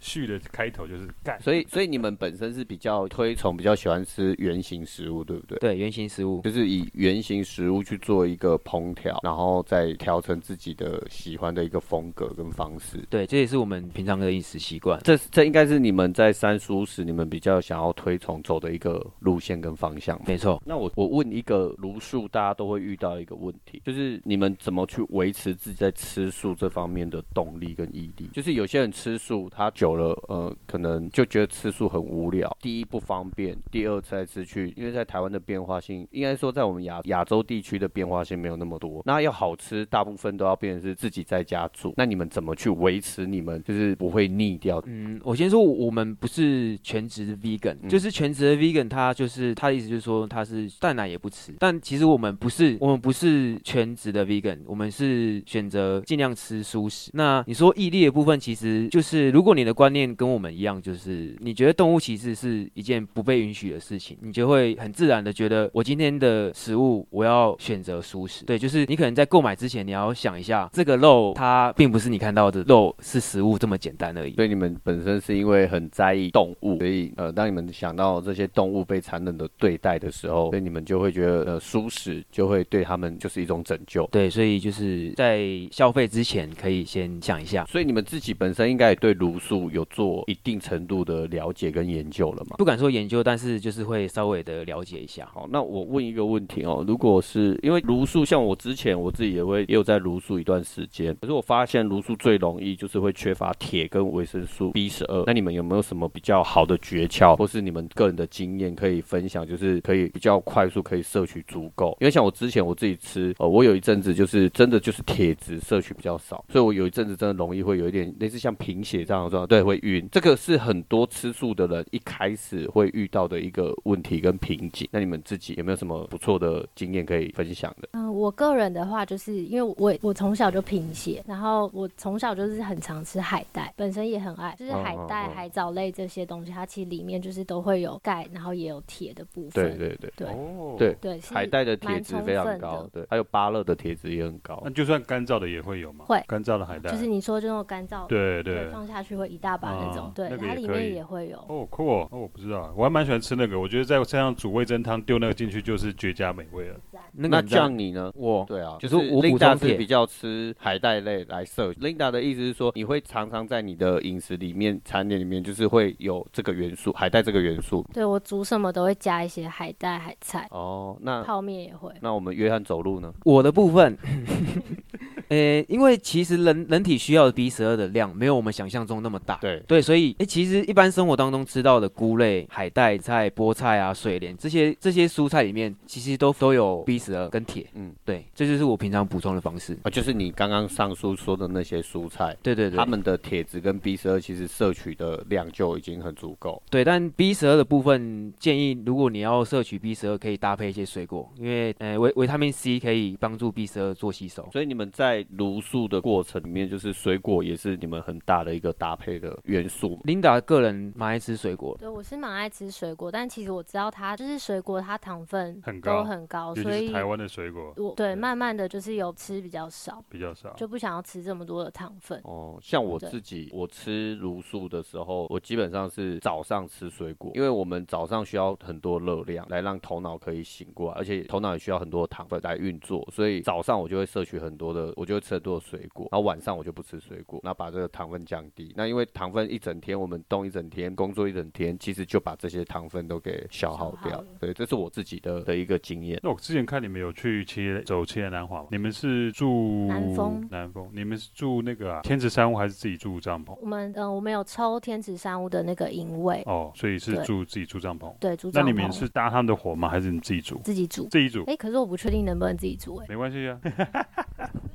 Speaker 1: 序的开头就是干，
Speaker 2: 所以所以你们本身是比较推崇、比较喜欢吃圆形食物，对不对？
Speaker 3: 对，原型食物。
Speaker 2: 就是以圆形食物去做一个烹调，然后再调成自己的喜欢的一个风格跟方式。
Speaker 3: 对，这也是我们平常的饮食习惯。
Speaker 2: 这这应该是你们在三叔时你们比较想要推崇走的一个路线跟方向吧。
Speaker 3: 没错，
Speaker 2: 那我我问一个茹素，大家都会遇到一个问题，就是你们怎么去维持自己在吃素这方面的动力跟毅力？就是有些人吃素，他久了，呃，可能就觉得吃素很无聊，第一不方便，第二吃来吃去，因为在台湾的变化性，应该说在我们亚亚洲地区的变化性没有那么多。那要好吃，大部分都要变成是自己在家煮。那你们怎么去维持你们就是不会腻掉？
Speaker 3: 嗯，我先说，我们不是全职的 vegan，、
Speaker 2: 嗯
Speaker 3: 就是全职的 vegan，他就是他的意思就是说他是蛋奶也不吃，但其实我们不是，我们不是全职的 vegan，我们是选择尽量吃素食。那你说毅力的部分，其实就是如果你的观念跟我们一样，就是你觉得动物歧视是一件不被允许的事情，你就会很自然的觉得我今天的食物我要选择素食。对，就是你可能在购买之前，你要想一下，这个肉它并不是你看到的肉是食物这么简单而已。
Speaker 2: 所以你们本身是因为很在意动物，所以呃，当你们想到这些动物被残忍的对待的时候，所以你们就会觉得呃舒适，就会对他们就是一种拯救。
Speaker 3: 对，所以就是在消费之前可以先想一下，
Speaker 2: 所以你们自己本身应该也对茹素有做一定程度的了解跟研究了嘛？
Speaker 3: 不敢说研究，但是就是会稍微的了解一下。
Speaker 2: 好，那我问一个问题哦，如果是因为茹素，像我之前我自己也会也有在茹素一段时间，可是我发现茹素最容易就是会缺乏铁跟维生素 B 十二。那你们有没有什么比较好的诀窍，或是你们个人的经验可以分享，就是可以比较快速可以摄取足够？因为像我之前我自己吃，呃，我有一阵子就是真的就是铁质摄取比较少，所以我有一阵子真的容易会有一点类似像贫血这样的状态，对，会晕。这个是很多吃素的人一开始会遇到的一个问题跟瓶颈。那你们自己有没有什么不错的经验可以分享的？
Speaker 4: 嗯，我个人的话，就是因为我我从小就贫血，然后我从小就是很常吃海带，本身也很爱，就是海
Speaker 2: 嗯嗯
Speaker 4: 带、
Speaker 2: 嗯
Speaker 4: 海藻类这些东西，它其实里面就是都会有钙，然后也有铁的部
Speaker 2: 对
Speaker 4: 分。
Speaker 2: 对对
Speaker 4: 对
Speaker 1: 哦
Speaker 2: 对，
Speaker 4: 对是
Speaker 2: 海带的铁质非常
Speaker 4: 嗯蛮充分
Speaker 2: 高
Speaker 4: 的，
Speaker 2: 对，还有芭乐的铁质也很高
Speaker 1: 那。就算干燥的也会有嘛，
Speaker 4: 会
Speaker 1: 干燥的海带，
Speaker 4: 就是你说这种干燥，
Speaker 1: 对对。
Speaker 4: 放下去会一大把那种，
Speaker 1: 啊
Speaker 4: 对，
Speaker 1: 那个
Speaker 4: 它
Speaker 1: 也
Speaker 4: 里
Speaker 1: 可
Speaker 4: 面
Speaker 1: 以
Speaker 4: 也会有。
Speaker 1: 哦，酷哦！哦，我不知道，我还蛮喜欢吃那个。我觉得在山上煮味噌汤，丢那个进去就是绝佳美味了。
Speaker 3: 那
Speaker 2: 那
Speaker 3: 个
Speaker 2: 像你呢？
Speaker 3: 我
Speaker 2: 对啊，
Speaker 3: 就是我补
Speaker 2: Linda
Speaker 3: 充
Speaker 2: 是
Speaker 3: 铁
Speaker 2: 比较吃海带类来摄取。Linda 的意思是说，你会常常在你的饮食里面、餐点里面，就是会有这个元素，海带这个元素。
Speaker 4: 对我煮什么都会加一些海带、海菜，
Speaker 2: 哦，
Speaker 1: 嗯
Speaker 2: 那
Speaker 4: 泡面也会。
Speaker 2: 那我们约翰走路呢？
Speaker 3: 我的部分， 呃，因为其实人人体需要的 B 十二的量没有我们想象中那么大。
Speaker 2: 对
Speaker 3: 对，所以诶，其实一般生活当中吃到的菇类、海带、菜、菠菜啊、水莲这些这些蔬菜里面，其实都都有 B 十二跟铁。
Speaker 2: 嗯
Speaker 3: 嗯，对，这就是我平常补充的方式。
Speaker 2: 啊，就是你刚刚上述说的那些蔬菜，
Speaker 3: 对对对，
Speaker 2: 它们的铁质跟 B 十二其实摄取的量就已经很足够。
Speaker 3: 对，但 B 十二的部分建议，如果你要摄取 B 十二，可以搭配一些水果，因为呃维维他命 C 可以帮助 B 十二做吸收。
Speaker 2: 所以你们在茹素的过程里面，就是水果也是你们很大的一个搭配的元素嘛。
Speaker 3: Linda 个人蛮爱吃水果，
Speaker 4: 对，我是蛮爱吃水果，但其实我知道它就是水果，它糖分
Speaker 1: 很高
Speaker 4: 都很高，
Speaker 1: 尤
Speaker 4: 哦所
Speaker 1: 其
Speaker 4: 以
Speaker 1: 是台湾的水果
Speaker 4: 我对慢慢的就是有吃比较少，
Speaker 1: 比较少，
Speaker 4: 就不想要吃这么多的糖分。
Speaker 2: 哦，像我
Speaker 4: 对
Speaker 2: 自己，我吃茹素的时候，我基本上是早上吃水果，因为我们早上需要很多热量来让头脑可以醒过来，而且头脑也需要很多糖分来运作，所以早上我就会摄取很多的，我就会吃很多的水果，然后晚上我就不吃水果，那把这个糖分降低。那因为糖分一整天，我们动一整天，工作一整天，其实就把这些糖分都给消耗
Speaker 4: 消
Speaker 2: 掉
Speaker 4: 耗了。
Speaker 2: 对，这是我自己的的一个经验。
Speaker 1: 那我之前看你们有去骑走骑南华嘛，你们是住
Speaker 4: 南丰
Speaker 1: 南丰你们是住那个、啊、天池山屋还是自己住帐篷？
Speaker 4: 我们嗯、呃我们有抽天池山屋的那个营位，
Speaker 1: 哦，所以是
Speaker 4: 对
Speaker 1: 住自己住帐篷。
Speaker 4: 对，煮
Speaker 1: 那
Speaker 4: 帐
Speaker 1: 你们
Speaker 4: 篷
Speaker 1: 是搭他们的火吗？还是你自己煮？
Speaker 4: 自己煮。
Speaker 1: 自己煮
Speaker 4: 哎、可是我不确定能不能自己煮、哎，
Speaker 1: 没关系 啊，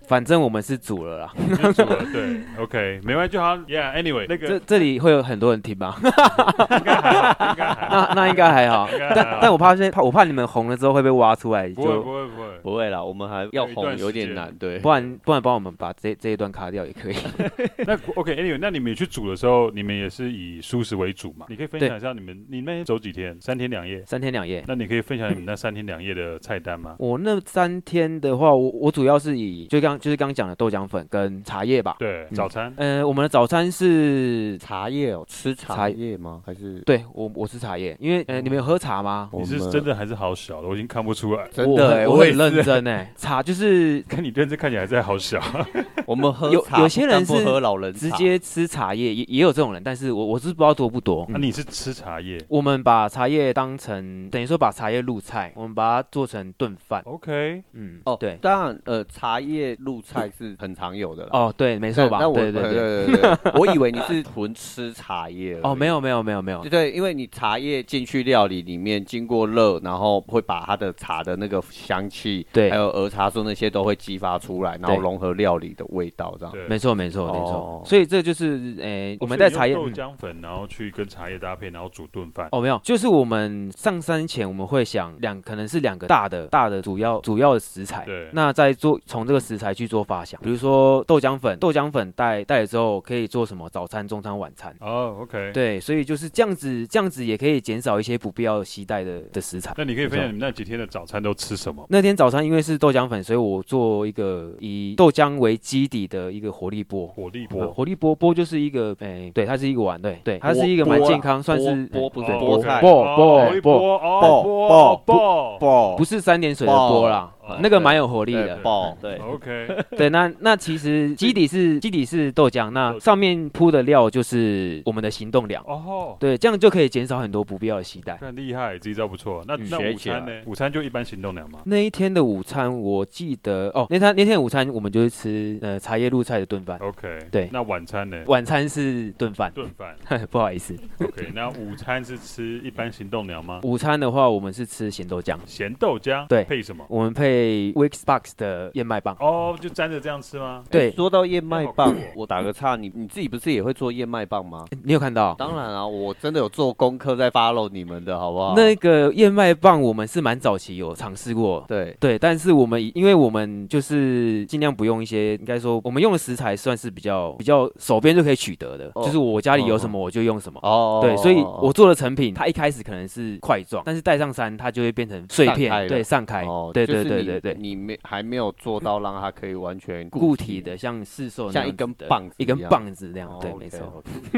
Speaker 3: 反正我们是煮了啦。
Speaker 1: 你就煮了对，OK，没关系，就好。Yeah, anyway，那个
Speaker 3: 这这里会有很多人听吧？
Speaker 1: 应该还好，应该还好，
Speaker 3: 那那应该 还好，
Speaker 1: 应该还好
Speaker 3: 但但我怕现在怕我怕你们红了之后会被挖出来，
Speaker 1: 不会
Speaker 3: 就
Speaker 1: 不会不会。
Speaker 2: 不会啦，我们还要
Speaker 1: 有一段
Speaker 2: 红有
Speaker 1: 时
Speaker 2: 点
Speaker 1: 间
Speaker 2: 难，对。
Speaker 3: 不然不然帮我们把这这一段卡掉也可以。
Speaker 1: 那 OK，Anyway，、那你们去煮的时候，你们也是以素食为主嘛？你可以分
Speaker 3: 对
Speaker 1: 享一下你们你们走几天，三天两夜？
Speaker 3: 三天两夜。
Speaker 1: 那你可以分享你们那三天两夜的菜单吗？
Speaker 3: 我那三天的话，我我主要是以就刚刚就是刚讲的豆浆粉跟茶叶吧。
Speaker 1: 对，
Speaker 3: 嗯
Speaker 1: 早餐
Speaker 3: 呃，我们的早餐是
Speaker 2: 茶叶哦，吃茶
Speaker 3: 茶
Speaker 2: 叶吗？还是
Speaker 3: 对我我是茶叶，因为呃你们有喝茶吗？
Speaker 2: 我
Speaker 1: 你
Speaker 2: 们
Speaker 1: 是真的还是好小的？我已经看不出来，
Speaker 2: 真
Speaker 3: 我
Speaker 2: 的
Speaker 3: 很
Speaker 2: 欸？
Speaker 3: 我
Speaker 2: 我
Speaker 3: 很认真哎、 茶就是
Speaker 1: 看你认真看起来还是好 小。啊
Speaker 2: 我们喝
Speaker 3: 有
Speaker 2: 茶
Speaker 3: 有些人
Speaker 2: 不但
Speaker 3: 是
Speaker 2: 不喝老人茶
Speaker 3: 直接吃茶叶，也也有这种人，但是我我是不知道多不多。
Speaker 2: 嗯
Speaker 1: 那你是吃茶叶
Speaker 3: 我们把茶叶当成等于说把茶叶入菜，我们把它做成炖饭。
Speaker 1: ？OK，
Speaker 3: 嗯，
Speaker 2: 哦，
Speaker 3: 对，
Speaker 2: 当然呃，茶叶入菜是很常有的啦。
Speaker 3: 哦对，没错吧？
Speaker 2: 但但我呃
Speaker 3: 对对对。
Speaker 2: 对对 对，我以为你是纯吃茶叶而已
Speaker 3: 哦，没有没有没有没有
Speaker 2: 对，对，因为你茶叶进去料理里面，经过热，然后会把它的茶的那个香气，
Speaker 3: 对
Speaker 2: 还有儿茶素那些都会激发出来，然后
Speaker 3: 对
Speaker 2: 融合料理的味道，这样。
Speaker 1: 对，
Speaker 3: 没错没错没
Speaker 2: 哦
Speaker 3: 错。所以这就是诶，我们在茶叶
Speaker 1: 所以用
Speaker 3: 嗯
Speaker 1: 豆浆粉，然后去跟茶叶搭配，然后煮炖饭。
Speaker 3: 哦，没有，就是我们上山前我们会想两，可能是两个大的大的主要主要的食材。
Speaker 1: 对
Speaker 3: 那再做从这个食材去做发想，比如说豆浆粉，豆浆粉带带了之后可以做什么？早餐、中餐、晚餐。
Speaker 1: 哦，OK，。
Speaker 3: 对，所以就是这样子，这样子也可以减少一些不必要携带的的食材。
Speaker 1: 那你可以分享你们那几天的早餐都吃什么？
Speaker 3: 那天早餐因为是豆浆粉，所以我做一个以豆浆为基底的一个活力波。
Speaker 1: 火力
Speaker 3: 呃
Speaker 1: 锅，
Speaker 3: 活力波波就是一个，诶、对，它是一个碗，对对，它是一个
Speaker 2: 波
Speaker 3: 蛮
Speaker 2: 波
Speaker 3: 健
Speaker 2: 啦
Speaker 3: 康，算是
Speaker 2: 波波不是
Speaker 1: 哦
Speaker 2: 菠菜，
Speaker 1: OK
Speaker 3: 波
Speaker 1: 哦
Speaker 3: 波
Speaker 1: 火力
Speaker 3: 波
Speaker 1: 锅哦
Speaker 2: 波
Speaker 1: 波波波
Speaker 2: 爆
Speaker 3: 不是三点水的波啦
Speaker 1: 哦，
Speaker 3: 那个蛮有活力
Speaker 2: 哦对
Speaker 3: 的。
Speaker 2: 爆对。
Speaker 1: ，OK，
Speaker 3: 对，那那其实基底是基底是豆浆，那上面铺的料就是我们的行动粮。
Speaker 1: 哦，
Speaker 3: 对，这样就可以减少很多不必要的携带。
Speaker 1: 看厉害，这一招不错。那
Speaker 3: 嗯
Speaker 1: 那
Speaker 2: 学
Speaker 1: 午
Speaker 2: 起来
Speaker 1: 餐呢？午餐就一般行动粮吗？
Speaker 3: 那一天的午餐，我记得哦，那天那天的午餐我们就是吃呃茶叶入菜的炖饭，
Speaker 1: OK，
Speaker 3: 对
Speaker 1: 那晚餐呢？
Speaker 3: 晚餐是炖饭，
Speaker 1: 炖饭
Speaker 3: 不好意思。
Speaker 1: ，OK。那午餐是吃一般行动粮吗？
Speaker 3: 午餐的话，我们是吃咸豆浆，
Speaker 1: 咸豆浆，
Speaker 3: 对
Speaker 1: 配什么？
Speaker 3: 我们配 Wixbox 的燕麦棒。
Speaker 1: 哦，就沾着这样吃吗？
Speaker 3: 对
Speaker 2: 哎说到燕麦棒
Speaker 1: 好酷哦，
Speaker 2: 我打个岔，你你自己不是也会做燕麦棒吗？
Speaker 3: 你有看到？
Speaker 2: 当然啊，我真的有做功课在 follow 你们的，好不好？
Speaker 3: 那个燕麦棒我们是蛮早期有尝试过，
Speaker 2: 对，
Speaker 3: 对，但是我们以因为我们就是尽量不用一些，应该说我们用的食材算是比较比较手边就可以取得的，
Speaker 2: 哦
Speaker 3: 就是我家里有什
Speaker 2: 哦
Speaker 3: 么我就用什么。
Speaker 2: 哦，
Speaker 3: 对，所以我做的成品，它一开始可能是块状，但是带上山它就会变成碎
Speaker 2: 散开了
Speaker 3: 片，对，散开
Speaker 2: 哦，，
Speaker 3: 对
Speaker 2: 就是
Speaker 3: 对对
Speaker 2: 你
Speaker 3: 对对，
Speaker 2: 你没还没有做到让它可以完全
Speaker 3: 固体的像市售那
Speaker 2: 像一
Speaker 3: 样子
Speaker 2: 根
Speaker 3: 的
Speaker 2: 棒子
Speaker 3: 一
Speaker 2: 一
Speaker 3: 根
Speaker 2: 样
Speaker 3: 棒子那样
Speaker 2: 哦，
Speaker 3: 对，
Speaker 2: OK，
Speaker 3: 没错。
Speaker 2: OK。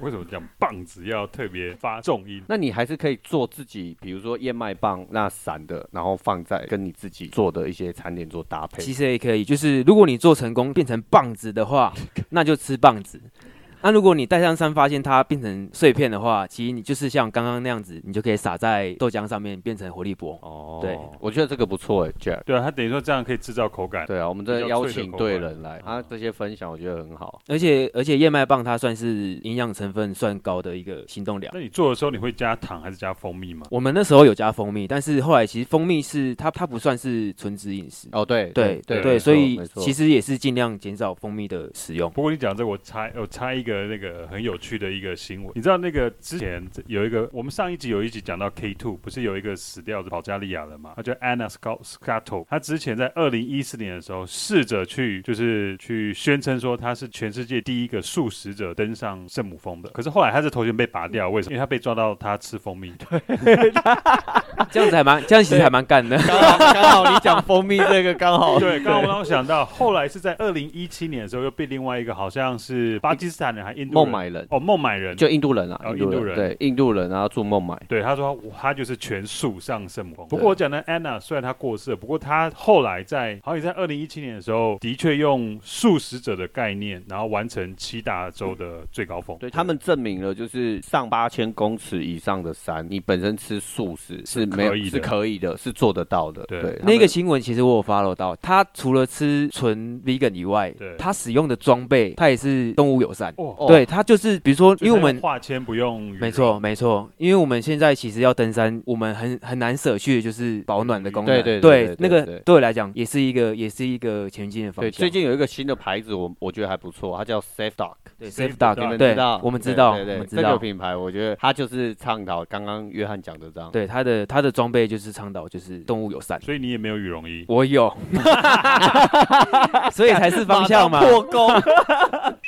Speaker 1: 为什么讲棒子要特别发重音？
Speaker 2: 那你还是可以做自己，比如说燕麦棒那散的，然后放在跟你自己做的一些餐点做搭配
Speaker 3: 其。实也可以，就是如果你做成功变成棒子的 话，那就吃棒子。那如果你带上山发现它变成碎片的话，其实你就是像刚刚那样子，你就可以撒在豆浆上面变成活力波。
Speaker 2: 哦
Speaker 3: 对
Speaker 2: 我觉得这个不错哎，Jack。
Speaker 1: 对啊，它等于说这样可以制造口感。
Speaker 2: 对啊，我们真的
Speaker 1: 比较
Speaker 2: 邀
Speaker 1: 脆的
Speaker 2: 请
Speaker 1: 口
Speaker 2: 对
Speaker 1: 感
Speaker 2: 人来，啊，这些分享我觉得很好。
Speaker 3: 而且而且燕麦棒它算是营养成分算高的一个行动粮。
Speaker 1: 那你做的时候你会加糖还是加蜂蜜吗？
Speaker 3: 我们那时候有加蜂蜜，但是后来其实蜂蜜是它它不算是纯植饮食，
Speaker 2: 哦，对
Speaker 3: 对
Speaker 1: 对
Speaker 3: 对，
Speaker 1: 没
Speaker 3: 所以其
Speaker 2: 实
Speaker 3: 实也是尽量减少蜂蜜的使 用。
Speaker 1: 不过你讲这个，我猜我猜一个那个很有趣的一个新闻。你知道那个之前有一个，我们上一集有一集讲到 K two，不是有一个死掉的保加利亚人嘛？他叫 Anna Sc- Scotto，他之前在二零一四年的时候试着去就是去宣称说他是全世界第一个素食者登上圣母峰的，可是后来他这头衔被拔掉，为什么？因为他被抓到他吃蜂蜜。
Speaker 3: 这样子还蛮，这样其实还蛮干的。
Speaker 2: 刚好刚好你讲蜂蜜这个刚 好
Speaker 1: 对，刚刚我让我想到，后来是在二零一七年的时候又被另外一个好像是巴基斯坦人还印度
Speaker 2: 孟
Speaker 1: 人
Speaker 2: 买人
Speaker 1: 哦孟买人
Speaker 2: 就印度人啊，
Speaker 1: 哦
Speaker 2: 印
Speaker 1: 印
Speaker 2: 度
Speaker 1: 度人
Speaker 2: 人对印度人啊住孟买，
Speaker 1: 对，他说我他就是全速上圣母峰。不
Speaker 2: 对
Speaker 1: 过我讲的 Anna 虽然她过世了，不过她后来在好像在二零一七年的时候，的确用素食者的概念，然后完成七大洲的最高峰。
Speaker 2: 对他们证明了，就是上八千公尺以上的山，你本身吃素食是没有
Speaker 1: 可以的
Speaker 2: 是可以的，是做得到的。
Speaker 1: 对
Speaker 2: 对，他们
Speaker 3: 那个新闻其实我有 follow 到，他除了吃纯 vegan 以外
Speaker 1: 对，
Speaker 3: 他使用的装备，他也是动物友善。
Speaker 1: 哦，
Speaker 3: 对，他就是比如说，
Speaker 1: 就是
Speaker 3: 因为我
Speaker 1: 他
Speaker 3: 们
Speaker 1: 用化纤不用，
Speaker 3: 没，错没错，因为我们现在其实要登山，我们很很难舍去的就是保暖的功
Speaker 2: 嗯
Speaker 3: 能。
Speaker 2: 对对对对
Speaker 3: 那
Speaker 2: 对
Speaker 3: 个对我来讲也是一个也是一个前进的方
Speaker 2: 对
Speaker 3: 向。
Speaker 2: 最近有一个新的牌子，我我觉得还不错，它叫 Safe Dog。
Speaker 3: 对
Speaker 1: Safe
Speaker 3: Safe
Speaker 1: Dog，你
Speaker 3: Dog，
Speaker 1: 们
Speaker 3: 对
Speaker 2: 知道，，
Speaker 3: 我们知
Speaker 2: 对
Speaker 3: 道，我
Speaker 2: 对对
Speaker 3: 们知
Speaker 2: 这个
Speaker 3: 道。
Speaker 2: 品牌，我觉得它就是倡导刚刚约翰讲的这样。
Speaker 3: 对他的他的装备就是倡导就是动物友善。
Speaker 1: 所以你也没有羽绒衣。
Speaker 3: 我有，所以才是方向嘛。
Speaker 2: 马上破功。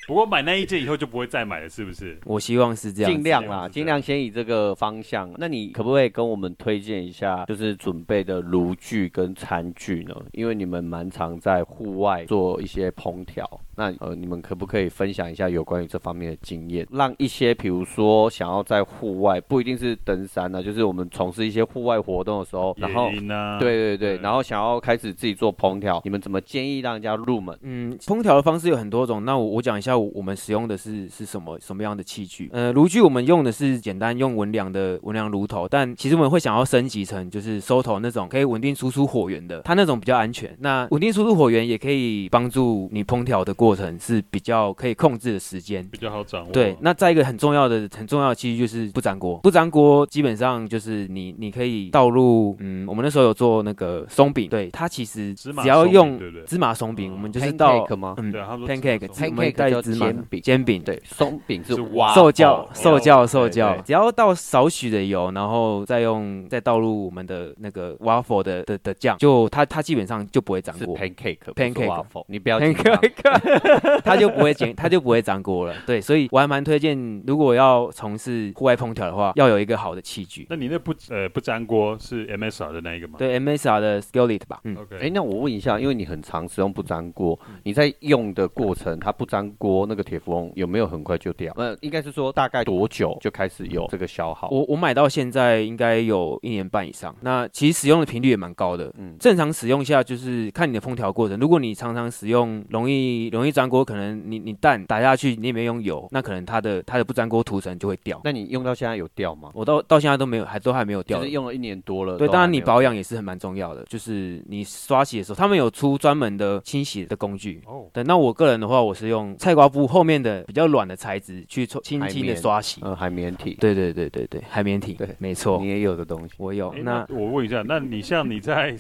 Speaker 1: 不过买那一件以后就不会再买了，是不是？
Speaker 3: 我希望是这样子。
Speaker 2: 尽量
Speaker 1: 这样
Speaker 2: 啦，
Speaker 1: 子
Speaker 2: 尽量先以这个方向。那你可不可以跟我们推荐一下，就是准备的炉具跟餐具呢？因为你们蛮常在户外做一些烹调，那呃，你们可不可以分享一下有关于这方面的经验，让一些比如说想要在户外，不一定是登山呢、就是我们从事一些户外活动的时候，然后
Speaker 1: 野。营啊，
Speaker 2: 对对对，
Speaker 1: 对
Speaker 2: 然后想要开始自己做烹调，你们怎么建议让人家入门？
Speaker 3: 嗯，烹调的方式有很多种。那我我讲一下我我们使用的是是什么什么样的器具。呃，炉具我们用的是简单用文良的文良炉头，但其实我们会想要升级成就是收头那种可以稳定输出火源的，它那种比较安全。那稳定输出火源也可以帮助你烹调的过程是比较可以控制的时间。
Speaker 1: 比较好掌握。
Speaker 3: 对，那再一个很重要的、很重要的器具就是不粘锅。不粘锅基本上就是你，你可以倒入，嗯，我们那时候有做那个松饼，对，它其实
Speaker 1: 芝麻
Speaker 3: 只要
Speaker 1: 松饼
Speaker 3: 用
Speaker 1: 对不对
Speaker 3: 芝麻松饼，
Speaker 1: 嗯
Speaker 3: 我们就是倒
Speaker 2: Pancake 吗？
Speaker 3: 嗯
Speaker 1: 对啊，他们说
Speaker 3: pancake，
Speaker 1: 芝麻
Speaker 3: 我
Speaker 1: 松啊
Speaker 3: 们
Speaker 2: Pancake
Speaker 3: 带
Speaker 2: 叫
Speaker 3: 芝麻
Speaker 2: 煎饼
Speaker 3: 煎饼，
Speaker 2: 对，松饼是
Speaker 1: 是
Speaker 2: 挖
Speaker 3: 受
Speaker 1: 哦
Speaker 3: 教
Speaker 2: 爆
Speaker 3: 受教受教
Speaker 2: 对对，
Speaker 3: 只要倒少许的油，然后再用再倒入我们的那个 waffle 的的的酱，就它它基本上就不会粘
Speaker 2: 是
Speaker 3: 锅。
Speaker 2: pancake 不是
Speaker 3: Pancake
Speaker 2: waffle，你不要紧张
Speaker 3: pancake，它就不会煎，它就不会粘锅了。对，所以我还蛮推荐，如果要从事户外烹调的话，要有一个好的器具。
Speaker 1: 那你那不呃不粘锅是 MSR 的那一个吗？
Speaker 3: 对，MSR 的 skillet 吧，嗯，
Speaker 1: ，OK，
Speaker 2: 哎，那我问一下，因为你很常使用不粘锅，你在用的过程，它不粘锅那个铁氟龙有没有很快就掉？呃，应该是说大概多久嗯就开始有这个消耗？
Speaker 3: 我我买到现在应该有一年半以上。那其实使用的频率也蛮高的，
Speaker 2: 嗯，
Speaker 3: 正常使用下就是看你的烹调过程。如果你常常使用容易容易粘锅，可能你你蛋打下去你也没用油，那可能它的它的不粘锅涂层就会掉。
Speaker 2: 那你用到现在有掉吗？
Speaker 3: 我到到现在都没有，还都还没有掉
Speaker 2: 就
Speaker 3: 呢。
Speaker 2: 是用了一年多了。
Speaker 3: 对，
Speaker 2: 都
Speaker 3: 当
Speaker 2: 还
Speaker 3: 然
Speaker 2: 没
Speaker 3: 你
Speaker 2: 有
Speaker 3: 保养也是很蛮重要的，就是你刷洗的时候，他们有出专门的清洗的工具。
Speaker 1: 哦，
Speaker 3: 对，那我个人的话，我是用菜瓜布后面的比较软的材质去搓轻
Speaker 2: 海
Speaker 3: 轻的
Speaker 2: 绵
Speaker 3: 刷洗。
Speaker 2: 呃海绵体，
Speaker 3: 对对对对对，海绵体，
Speaker 2: 对
Speaker 3: 没错
Speaker 2: 你，也有的东西。
Speaker 3: 我
Speaker 4: 哦
Speaker 3: 有
Speaker 1: 诶。
Speaker 3: 那
Speaker 1: 我问一下，那你像你在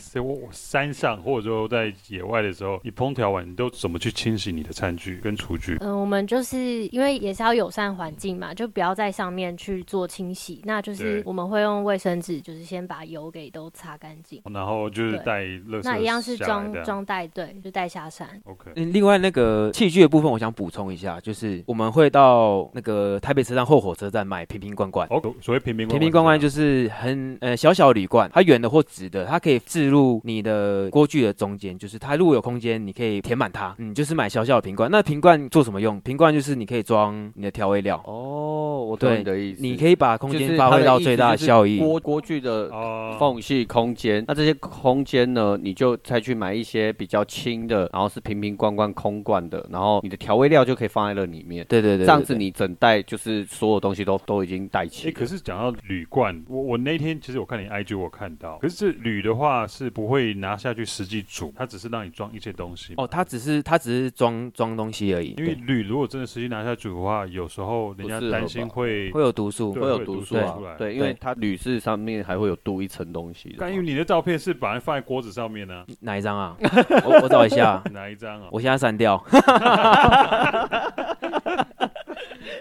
Speaker 1: 山上或者说在野外的时候，你烹调完你都怎么去清洗你的餐具跟厨具？
Speaker 4: 嗯，我们就是因为也是要友善环境嘛，就不要在上面去做清洗。那就是
Speaker 1: 对
Speaker 4: 我们会用卫生纸，就是先把油给都擦干净。
Speaker 1: 然后就是
Speaker 4: 呃对
Speaker 1: 带垃圾
Speaker 4: 那一样是
Speaker 1: 下来
Speaker 4: 装
Speaker 1: 这样
Speaker 4: 装袋，对，就带下山。
Speaker 1: OK，
Speaker 3: 嗯，另外那个器具的部分，我想补充一下，就是我们会到那个台北车站后火车站买瓶瓶罐罐。
Speaker 1: 哦，所谓瓶瓶
Speaker 3: 瓶瓶罐罐
Speaker 1: 是
Speaker 3: 就是很呃小小铝罐，它圆的或直的，它可以置入你的锅具的中间，就是它如果有空间，你可以填满它。嗯，就是买小小的瓶罐。那瓶罐做什么用？瓶罐就是你可以装你的调味料，
Speaker 2: 哦，我懂
Speaker 3: 对
Speaker 2: 你的意思。
Speaker 3: 你可以把空
Speaker 2: 就
Speaker 3: 间
Speaker 2: 是
Speaker 3: 发
Speaker 2: 它
Speaker 3: 挥
Speaker 2: 的
Speaker 3: 到
Speaker 2: 意
Speaker 3: 最
Speaker 2: 思
Speaker 3: 大
Speaker 2: 就
Speaker 3: 的
Speaker 2: 是
Speaker 3: 这样效益。
Speaker 2: 锅锅具的
Speaker 1: 哦，
Speaker 2: 缝隙空间，那这些空间呢，你就再去买一些比较轻的，然后是瓶瓶罐罐空罐的，然后你的调味料就可以放在那里面。
Speaker 3: 对对对，
Speaker 2: 这样
Speaker 3: 对
Speaker 2: 子
Speaker 3: 对
Speaker 2: 你整袋就是所有东西都都已经带齐
Speaker 1: 哎，
Speaker 2: 了。
Speaker 1: 可是讲到铝罐，我我那天其实我看你 IG 我看到，可是这铝的话是不会拿下去实际煮，它只是让你装一些东西。
Speaker 3: 哦，它只是它只是装装东西而已，
Speaker 1: 因为铝如果真的实际拿下煮的话，有时候人家
Speaker 2: 不适合
Speaker 1: 担心
Speaker 2: 吧
Speaker 1: 会
Speaker 3: 对会有毒素
Speaker 1: 对。
Speaker 2: 会有
Speaker 1: 会有
Speaker 2: 毒
Speaker 1: 毒
Speaker 2: 素
Speaker 1: 素出
Speaker 2: 啊
Speaker 1: 来，
Speaker 2: 对，因为
Speaker 3: 对
Speaker 2: 它铝制上面还会有镀一层东西的
Speaker 1: 干
Speaker 2: 嘛。
Speaker 1: 因为你的照片是把它放在锅子上面呢、
Speaker 3: 哪一张啊？ 我我找一下，
Speaker 1: 哪一张啊？
Speaker 3: 我现在删 掉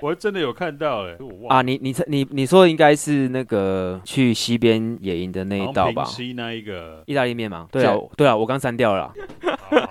Speaker 1: 我真的有看到哎、欸，我忘
Speaker 3: 啊。
Speaker 1: 了。
Speaker 3: 你你你你说的应该是那个去西边野营的那一道吧，
Speaker 1: 平？西那一个
Speaker 3: 意大利面吗？对啊
Speaker 2: 这
Speaker 3: 对啊，我刚删掉了啦。
Speaker 1: 好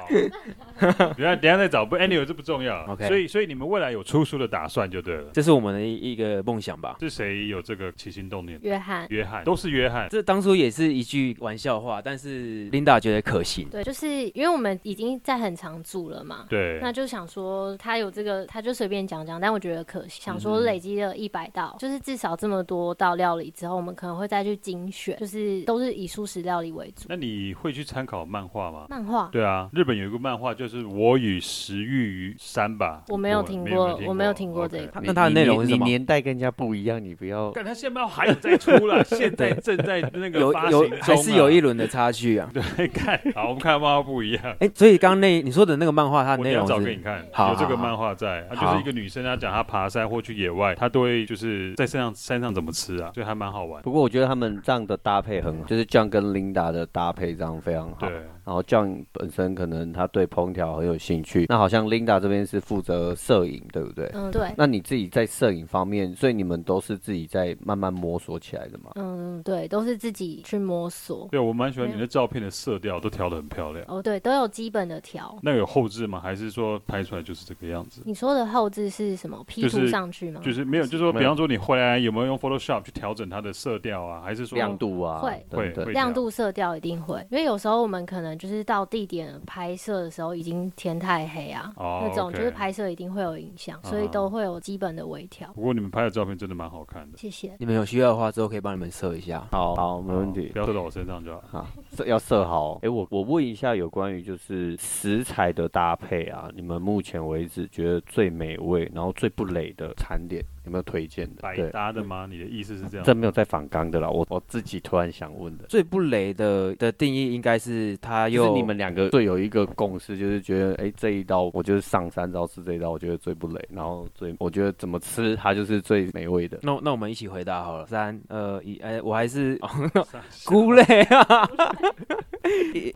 Speaker 1: 等一下等一下再找，不，anyway 这不重要。啊
Speaker 3: OK
Speaker 1: 所以所以你们未来有出书的打算就对了。
Speaker 3: 这是我们的一一个梦想吧。
Speaker 1: 是谁有这个起心动念？
Speaker 4: 约翰，
Speaker 1: 约翰，都是约翰。
Speaker 3: 这当初也是一句玩笑话，但是 Linda 觉得可行。
Speaker 4: 对，就是因为我们已经在很常住了嘛，
Speaker 1: 对，
Speaker 4: 那就想说他有这个，他就随便讲讲，但我觉得可
Speaker 1: 嗯
Speaker 4: 惜，想说累积了一百道，就是至少这么多道料理之后，我们可能会再去精选，就是都是以素食料理为主。
Speaker 1: 那你会去参考漫画吗？
Speaker 4: 漫画
Speaker 1: 对啊，日本有一个漫画就是《我与食欲于山》吧，
Speaker 4: 我没有听过我没有听过
Speaker 1: OK
Speaker 4: 这个
Speaker 3: 那它的内容是什
Speaker 2: 哦你
Speaker 3: 么？
Speaker 2: 年代跟人家不一样，你不要
Speaker 1: 干，他现在还有在出 了，现在正在那个
Speaker 3: 有
Speaker 1: 发行
Speaker 3: 有
Speaker 1: 中啊
Speaker 3: 还是有一轮的差距啊。
Speaker 1: 对， 看，好，我们看漫画不一样。
Speaker 3: 哎，所以刚刚那你说的那个漫画，它
Speaker 1: 我
Speaker 3: 的
Speaker 1: 等
Speaker 3: 内
Speaker 1: 一下
Speaker 3: 容
Speaker 1: 找给你
Speaker 3: 是
Speaker 1: 看，
Speaker 3: 好
Speaker 1: 有这个
Speaker 3: 好
Speaker 1: 漫画在，它就
Speaker 3: 好
Speaker 1: 是一个女生，她讲她爬山或去野外，她都会就是在山上山上怎么吃啊，所以还蛮好玩。
Speaker 2: 不过我觉得他们这样的搭配很好，就是 John 跟 Linda 的搭配这样非常好。
Speaker 1: 对，
Speaker 2: 然后 John 本身可能他对烹条很有兴趣。那好像 Linda 这边是负责摄影，对不对？
Speaker 4: 嗯，对，
Speaker 2: 那你自己在摄影方面，所以你们都是自己在慢慢摸索起来的嘛？
Speaker 4: 嗯，对，都是自己去摸索。
Speaker 1: 对，我蛮喜欢你的照片的色调，都调得很漂亮。
Speaker 4: 哦，对，都有基本的调。
Speaker 1: 那有后置吗？还是说拍出来就是这个样子？
Speaker 3: 嗯
Speaker 4: 你说的后置是什么？P
Speaker 1: 就
Speaker 4: 图
Speaker 1: 是
Speaker 4: 上去吗？
Speaker 1: 就是没有，就是说，
Speaker 2: 没
Speaker 1: 比
Speaker 2: 有
Speaker 1: 方说你回来有没有用 Photoshop 去调整它的色调啊？还是说
Speaker 2: 亮度啊，
Speaker 4: 会
Speaker 2: 等
Speaker 1: 会
Speaker 2: 等。
Speaker 4: 亮度、色调一定会，因为有时候我们可能就是到地点拍摄的时候已经天太黑啊，
Speaker 1: 哦
Speaker 4: 那种
Speaker 1: OK
Speaker 4: 就是拍摄一定会有影响，所以
Speaker 1: 啊
Speaker 4: 都会有基本的微调。
Speaker 2: 嗯
Speaker 1: 不过你们拍的照片真的蛮好看的，
Speaker 4: 谢谢。
Speaker 3: 你们有需要的话，之后可以帮你们设一下。
Speaker 2: 好好，没问题
Speaker 1: 不。要射到我身上就好。
Speaker 2: 好，这要设好。哎、我我问一下，有关于就是食材的搭配啊，你们目前为止觉得最美味，然后最不累的餐点，有没有推荐的？
Speaker 1: 百
Speaker 2: 对，
Speaker 1: 搭
Speaker 3: 嗯
Speaker 1: 的吗？你的意思是这样？
Speaker 2: 这没有在反刚的啦，我我自己突然想问的。
Speaker 3: 最不雷的的定义应该是它
Speaker 2: 就
Speaker 3: 又
Speaker 2: 是你们两个最有一个共识，就是觉得，哎、这一道我就是上三招吃这一道，我觉得最不累，然后最我觉得怎么吃它就是最美味的。
Speaker 3: 那那我们一起回答好了，三二一，哎，我还是、
Speaker 1: 哦傻笑
Speaker 3: 菇类啊。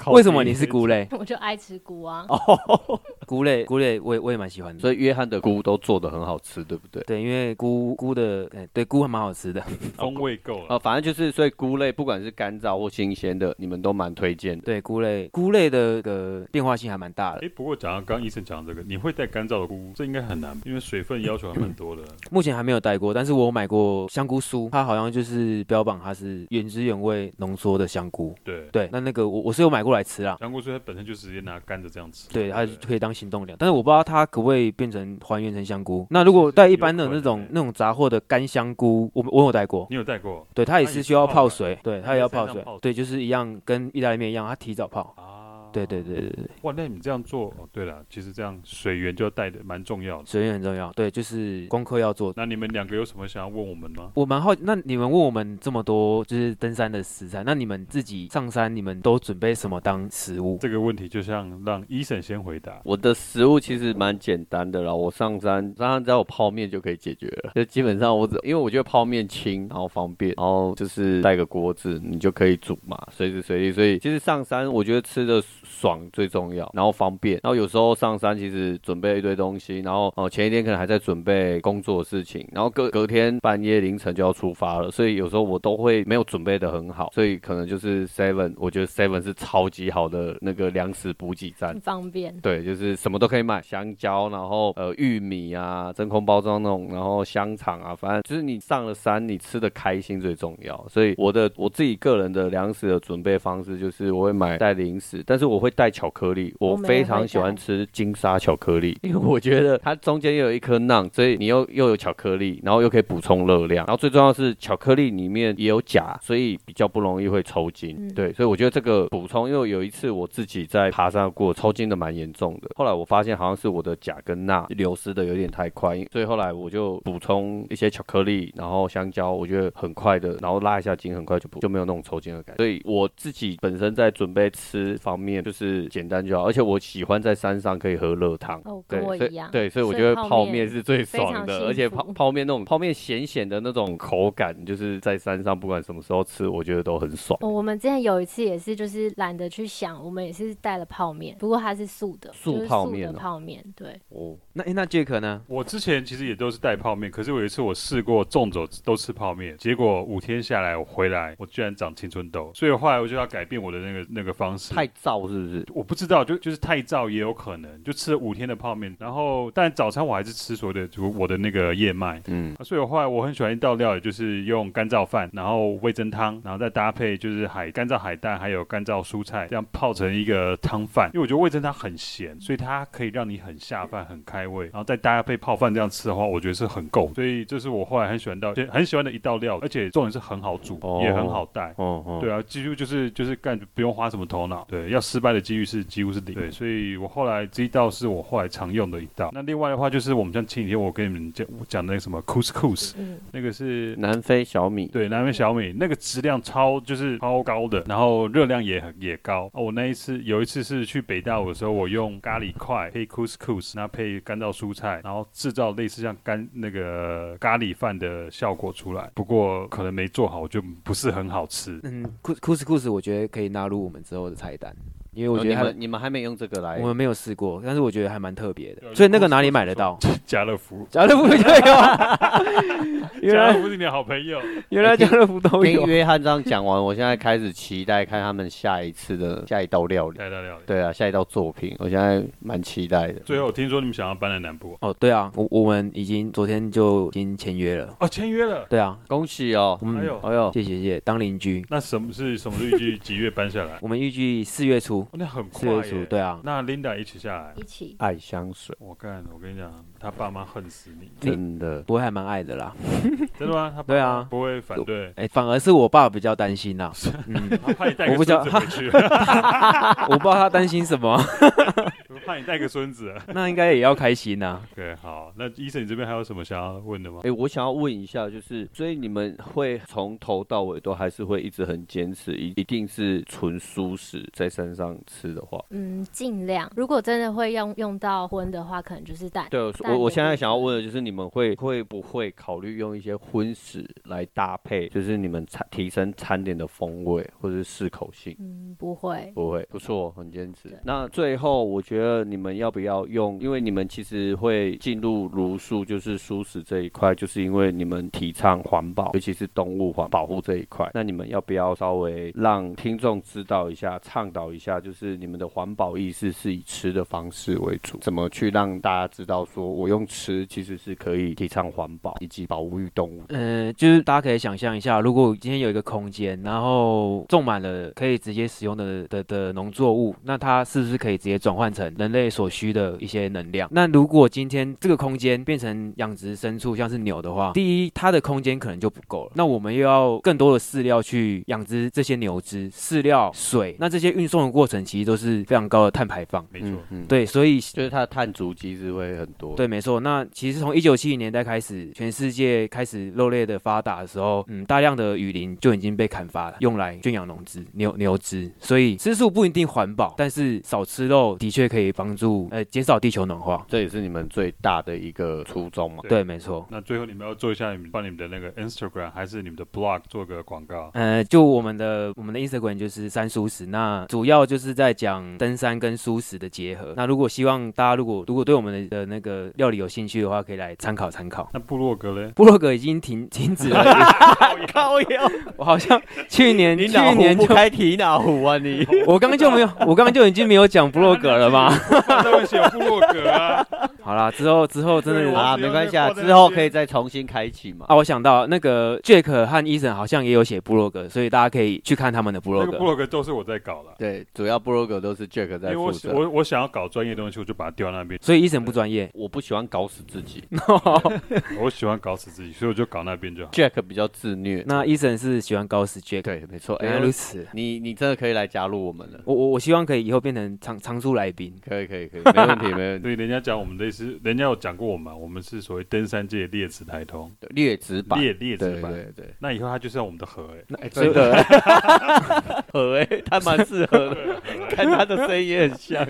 Speaker 3: 为什么你是菇类？
Speaker 4: 我就爱吃菇啊，
Speaker 2: 哦
Speaker 3: 菇类，菇类我也我也蛮喜欢的。
Speaker 2: 所以约翰的菇都做的很好吃，对不对？
Speaker 3: 对，因为菇菇的，哎对，菇还蛮好吃的。
Speaker 1: 风味够
Speaker 3: 哦
Speaker 2: 啊，
Speaker 1: 了，
Speaker 2: 反正就是，所以菇类不管是干燥或新鲜的，你们都蛮推荐的。
Speaker 3: 对，菇类，菇类的呃变化性还蛮大的。
Speaker 1: 哎，不过讲到刚刚医生讲的这个，你会带干燥的菇，这应该很难，因为水分要求还蛮多的。
Speaker 3: 目前还没有带过，但是我有买过香菇酥，它好像就是标榜它是原汁原味浓缩的香菇。
Speaker 1: 对，
Speaker 3: 对，那那个我我是有买过来吃啦。
Speaker 1: 香菇所以它本身就直接拿干的这样吃。
Speaker 3: 对，它就
Speaker 1: 不
Speaker 3: 可以当行动粮，但是我不知道它可不可以变成还原成香菇。那如果带一般的
Speaker 1: 有可
Speaker 3: 那
Speaker 1: 能
Speaker 3: 种
Speaker 1: 欸
Speaker 3: 那种杂货的干香菇，我我有带过，
Speaker 1: 你有带过
Speaker 3: 对，它也
Speaker 1: 它
Speaker 3: 是
Speaker 1: 也
Speaker 3: 需
Speaker 1: 是
Speaker 3: 要
Speaker 1: 泡
Speaker 3: 泡
Speaker 1: 水
Speaker 3: 水，对，
Speaker 1: 它
Speaker 3: 它也
Speaker 1: 也
Speaker 3: 要
Speaker 1: 在
Speaker 3: 泡
Speaker 1: 上
Speaker 3: 水
Speaker 1: 泡水，
Speaker 3: 对，就是一样跟意大利面一样，它提早泡。
Speaker 1: 啊？
Speaker 3: 对对对对对，
Speaker 1: 哇，那你这样做，哦，对了，其实这样水源就要带的蛮重要的。
Speaker 3: 水源很重要，对，就是功课要做。
Speaker 1: 那你们两个有什么想要问我们吗？
Speaker 3: 我蛮好，那你们问我们这么多就是登山的食材，那你们自己上山，你们都准备什么当食物？
Speaker 1: 这个问题就像让医生先回答。
Speaker 2: 我的食物其实蛮简单的啦，我上山上山只要有泡面就可以解决了。就基本上我只因为我觉得泡面轻，然后方便，然后就是带个锅子你就可以煮嘛，随时随地。所以其实上山我觉得吃的爽最重要，然后方便。然后有时候上山其实准备一堆东西，然后哦、呃前一天可能还在准备工作的事情，然后隔隔天半夜凌晨就要出发了，所以有时候我都会没有准备的很好，所以可能就是 Seven，我觉得 Seven 是超级好的那个粮食补给站
Speaker 4: 很。方便。
Speaker 2: 对，就是什么都可以买，香蕉，然后呃玉米啊，真空包装那种，然后香肠啊，反正就是你上了山，你吃的开心最重要。所以我的我自己个人的粮食的准备方式就是我会买带零食，但是我会带巧克力，我
Speaker 4: 我们也
Speaker 2: 非
Speaker 4: 会
Speaker 2: 常喜欢
Speaker 4: 带
Speaker 2: 吃金沙巧克力，因为我觉得它中间又有一颗馕，所以你又又有巧克力，然后又可以补充热量，然后最重要的是巧克力里面也有钾，所以比较不容易会抽筋。
Speaker 4: 嗯
Speaker 2: 对，所以我觉得这个补充，因为有一次我自己在爬山过，抽筋的蛮严重的，后来我发现好像是我的钾跟钠流失的有点太快，所以后来我就补充一些巧克力，然后香蕉，我觉得很快的，然后拉一下筋，很快就不就没有那种抽筋的感觉。所以我自己本身在准备吃方面就是简单就好，而且我喜欢在山上可以喝热汤。
Speaker 4: 哦，
Speaker 2: 对
Speaker 4: 跟我
Speaker 2: 所以
Speaker 4: 一样。
Speaker 2: 对，所以我
Speaker 4: 所
Speaker 2: 觉得
Speaker 4: 以泡
Speaker 2: 泡
Speaker 4: 面
Speaker 2: 面是最
Speaker 4: 非
Speaker 2: 爽
Speaker 4: 常
Speaker 2: 的，
Speaker 4: 幸
Speaker 2: 而且
Speaker 4: 福
Speaker 2: 泡泡面那种泡面咸咸的那种口感，就是在山上不管什么时候吃，我觉得都很爽。
Speaker 4: 哦我们之前有一次也是，就是懒得去想，我们也是带了泡面，不过它是素的，
Speaker 2: 素
Speaker 4: 就是
Speaker 2: 泡
Speaker 4: 素
Speaker 2: 面
Speaker 4: 的
Speaker 2: 哦
Speaker 4: 泡面，对，
Speaker 2: 哦，
Speaker 3: 那诶那 Jack 呢？
Speaker 1: 我之前其实也都是带泡面，可是我有一次我试过纵走都吃泡面，结果五天下来我回来，我居然长青春痘，所以后来我就要改变我的那个那个方式。
Speaker 2: 太燥是不是？
Speaker 1: 我不知道，就就是太燥也有可能，就吃了五天的泡面，然后但早餐我还是吃所谓的就我的那个燕麦。
Speaker 2: 嗯，
Speaker 1: 啊所以我后来我很喜欢一道料理，就是用干燥饭，然后味增汤，然后再搭配就是海干燥海带，还有干燥蔬菜，这样泡成一个汤饭。因为我觉得味增汤很咸，所以它可以让你很下饭、很开胃，然后再搭配泡饭这样吃的话，我觉得是很够。所以这是我后来很喜欢到很喜欢的一道料理，而且重点是很好煮，
Speaker 2: 哦
Speaker 1: 也很好带。
Speaker 2: 哦哦，
Speaker 1: 对啊，几乎就是就是干，不用花什么头脑。对，要失败的几率是几乎是零。对，所以我后来这一道是我后来常用的一道。那另外的话，就是我们像前几天我跟你们讲我讲的那个什么 couscous，
Speaker 4: 嗯，
Speaker 1: 那个是
Speaker 2: 南非小米，
Speaker 1: 对南非小米，那个质量超就是超高的，然后热量也很也高。哦，我那一次有一次是去北大武的时候，我用咖喱块配 couscous，那配干燥蔬菜，然后制造类似像干那个咖喱饭的效果出来。不过可能没做好，就不是很好吃。
Speaker 3: 嗯，酷酷斯酷斯，我觉得可以纳入我们之后的菜单。因为我觉得
Speaker 2: 你
Speaker 3: 还
Speaker 2: 们你们还没用这个来
Speaker 3: 我，们没有试过，但是我觉得还蛮特别
Speaker 1: 对啊
Speaker 3: 的。所以那
Speaker 1: 就
Speaker 3: 个
Speaker 1: 是
Speaker 3: 哪里
Speaker 1: 我
Speaker 3: 买
Speaker 1: 想
Speaker 3: 得
Speaker 1: 说
Speaker 3: 到？
Speaker 1: 家乐福，
Speaker 3: 家乐福就有， 原
Speaker 1: 家乐
Speaker 3: 来
Speaker 1: 福是你的好朋 友，
Speaker 3: 原来家乐福都
Speaker 2: 听
Speaker 3: 有。
Speaker 2: 约翰这样讲完，我现在开始期待看他们下一次的下一道料理。
Speaker 1: 来来聊聊。
Speaker 2: 对啊，下一道作品，我现在蛮期待的。
Speaker 1: 最后听说你们想要搬来南部
Speaker 3: 哦，对啊，我我们已经昨天就已经签约了。
Speaker 1: 哦，签约了。
Speaker 3: 对啊，
Speaker 2: 恭喜哦
Speaker 3: 我！
Speaker 1: 哎
Speaker 3: 们
Speaker 1: 呦，
Speaker 2: 哎呦，
Speaker 3: 谢谢谢谢，当邻居。
Speaker 1: 那什么是什么时候几几月搬下来？
Speaker 3: 我们预计四月初，
Speaker 1: 哦那很
Speaker 3: 四
Speaker 1: 快
Speaker 3: 月初，
Speaker 1: 耶。
Speaker 3: 对啊，
Speaker 1: 那 Linda 一起下来，
Speaker 4: 一起。
Speaker 2: 爱香水，
Speaker 1: 我干，我跟你讲，他爸妈恨死 你，
Speaker 3: 你
Speaker 2: 真的。
Speaker 3: 不会还蛮爱的啦。
Speaker 1: 真的吗？他爸
Speaker 3: 对啊，
Speaker 1: 不会反对，
Speaker 3: 哎，反而是我爸比较担心啦。嗯，
Speaker 1: 他怕你带个
Speaker 3: 我不知
Speaker 1: 孙子
Speaker 3: 道
Speaker 1: 回去，
Speaker 3: 我不知道他担心什么，
Speaker 1: 怕你带个孙子。
Speaker 3: 那应该也要开心呐。
Speaker 1: OK，好，那医生你这边还有什么想要问的吗
Speaker 2: 哎、？我想要问一下，就是，所以你们会从头到尾都还是会一直很坚持，一一定是纯素食在山上吃的话，
Speaker 4: 嗯，尽量。如果真的会用用到荤的话，可能就是蛋。
Speaker 2: 对，
Speaker 4: 蛋
Speaker 2: 我我
Speaker 4: 的
Speaker 2: 现在
Speaker 4: 部
Speaker 2: 想要
Speaker 4: 分
Speaker 2: 问的就是，你们会会不会考虑用一些荤食来搭配，就是你们餐提升餐点的风味或者是适口性？
Speaker 4: 嗯，不会。
Speaker 2: 不会，不错，很坚持
Speaker 4: 对。
Speaker 2: 那最后，我觉得你们要不要用？因为你们其实会进入茹素，就是素食这一块，就是因为你们提倡环保，尤其是动物环保护这一块。那你们要不要稍微让听众知道一下，倡导一下，就是你们的环保意识是以吃的方式为主，怎么去让大家知道说我用吃其实是可以提倡环保以及保护动物。
Speaker 3: 嗯，就是大家可以想象一下，如果今天有一个空间，然后种满了可以直接使用的的的农作物，那它是不是可以直接转换成人类所需的一些能量？那如果今天这个空间变成养殖牲畜，像是牛的话，第一，它的空间可能就不够了，那我们又要更多的饲料去养殖这些牛只，饲料、水，那这些运送的过程其实都是非常高的碳排放。
Speaker 1: 没错，
Speaker 2: 嗯，
Speaker 3: 对，所以
Speaker 2: 就是它的碳足迹是会很多。
Speaker 3: 对，没错。那其实从一九七零年代开始，全世界开始肉类的发达的时候，嗯，大量的雨林就已经被砍伐了，用来圈养农资、牛牛资。所以吃素不一定环保，但是少吃肉的确可以帮助呃减少地球暖化。
Speaker 2: 这也是你们最大的一个初衷嘛。
Speaker 1: 对
Speaker 3: 对，没错。
Speaker 1: 那最后你们要做一下你们帮你们的那个 Instagram 还是你们的 blog 做个广告？
Speaker 3: 呃，就我们的我们的 Instagram 就是三舒食，那主要就是在讲登山跟舒食的结合。那如果希望大家如果如果对我们的的那个料理有兴趣的话，可以来参考参考。
Speaker 1: 那部落格嘞？
Speaker 3: 部落格已经停停止 了，
Speaker 2: 靠腰，
Speaker 3: 我好像去 年
Speaker 2: 你
Speaker 3: 去
Speaker 2: 脑
Speaker 3: 年
Speaker 2: 壶
Speaker 3: 就
Speaker 2: 不开提哪壶啊你？
Speaker 3: 我刚刚就没有，我刚刚就已经没有讲部落格了 吗？
Speaker 1: 在外写部落格啊，
Speaker 3: 好啦，之后之后真
Speaker 1: 对
Speaker 3: 的
Speaker 1: 我
Speaker 2: 啊，
Speaker 1: 只要
Speaker 2: 没关系
Speaker 1: 那
Speaker 2: 啊，
Speaker 1: 个挂在那
Speaker 2: 之后
Speaker 1: 边
Speaker 2: 可以再重新开启嘛。
Speaker 3: 啊，我想到那个 Jack 和 Eason 好像也有写部落格，所以大家可以去看他们的部落
Speaker 1: 那个部
Speaker 3: 格。
Speaker 1: 落格都是我在搞了，
Speaker 2: 对，主要部落格都是 Jack
Speaker 1: 因
Speaker 2: 在
Speaker 1: 为
Speaker 2: 负
Speaker 1: 我
Speaker 2: 责。
Speaker 1: 我我想要搞专业东西，我就把它丢到那边。
Speaker 3: 所以 Eason 不专业，
Speaker 2: 我不喜欢搞死自己
Speaker 1: 我喜欢搞死自己，所以我就搞那 边就好。
Speaker 2: ，Jack 比较自虐。
Speaker 3: 那 Eason 是喜欢搞死 Jack。
Speaker 2: 对，没错。
Speaker 3: 原
Speaker 2: 哎
Speaker 3: 来，如此。
Speaker 2: 你你真的可以来加入我们了。
Speaker 3: 我我我希望可以以后变成常常驻来 宾。
Speaker 2: 可以可以可以，没问题没问题。
Speaker 1: 所以人家讲我们的是，人家有讲过我们啊，我们是所谓登山界的劣质台通，
Speaker 2: 劣质 版，
Speaker 1: 劣劣质
Speaker 2: 对
Speaker 1: 版。
Speaker 2: 对对，
Speaker 1: 那以后他就是要我们的河哎，
Speaker 2: 哎真的 合哎，他蛮适合的，看他的声音也很像。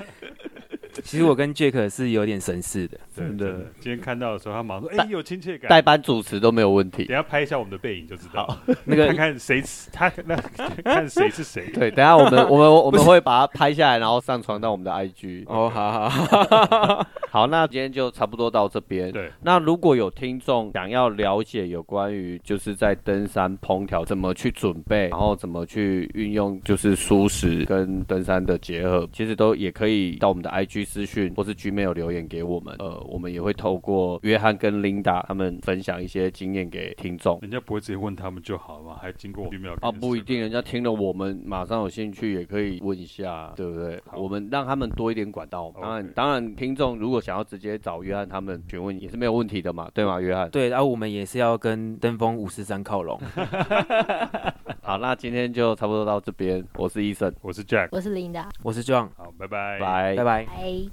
Speaker 3: 其实我跟 Jack 是有点神 似的。
Speaker 1: 对
Speaker 2: 真的。
Speaker 1: 真今天看到的时候，他马上说：“
Speaker 2: 带
Speaker 1: 哎，有亲切
Speaker 2: 代
Speaker 1: 感。”
Speaker 2: 班主持都没有问题。
Speaker 1: 等一下拍一下我们的背影就知道，
Speaker 3: 那
Speaker 1: 看
Speaker 3: 个
Speaker 1: 看谁是他，那看谁是谁。
Speaker 2: 对，等一下我们我们我们会把它拍下来，然后上传到我们的 IG。
Speaker 3: 哦，好好好，
Speaker 2: 好，那今天就差不多到这边。
Speaker 1: 对，
Speaker 2: 那如果有听众想要了解有关于就是在登山烹调怎么去准备，然后怎么去运用就是舒适跟登山的结合，其实都也可以到我们的 IG 私讯或是 Gmail 留言给我们。呃，我们也会透过约翰跟 Linda 他们分享一些经验给听众。
Speaker 1: 人家不会直接问他们就好了嘛，还经过我们秒
Speaker 2: 啊，不一定，人家听了我们马上有兴趣，也可以问一下，对不对？
Speaker 1: 好
Speaker 2: 我们让他们多一点管道。当然
Speaker 1: OK，
Speaker 2: 当然，听众如果想要直接找约翰他们询问也是没有问题的嘛，对吗？约翰，
Speaker 3: 对，然后我们也是要跟登峰五四三靠拢。
Speaker 2: 好，那今天就差不多到这边，我是医生，
Speaker 1: 我是 Jack，
Speaker 4: 我是琳达，
Speaker 3: 我是 John，
Speaker 1: 哎好，拜拜，
Speaker 2: 拜
Speaker 3: 拜。拜。
Speaker 4: 拜。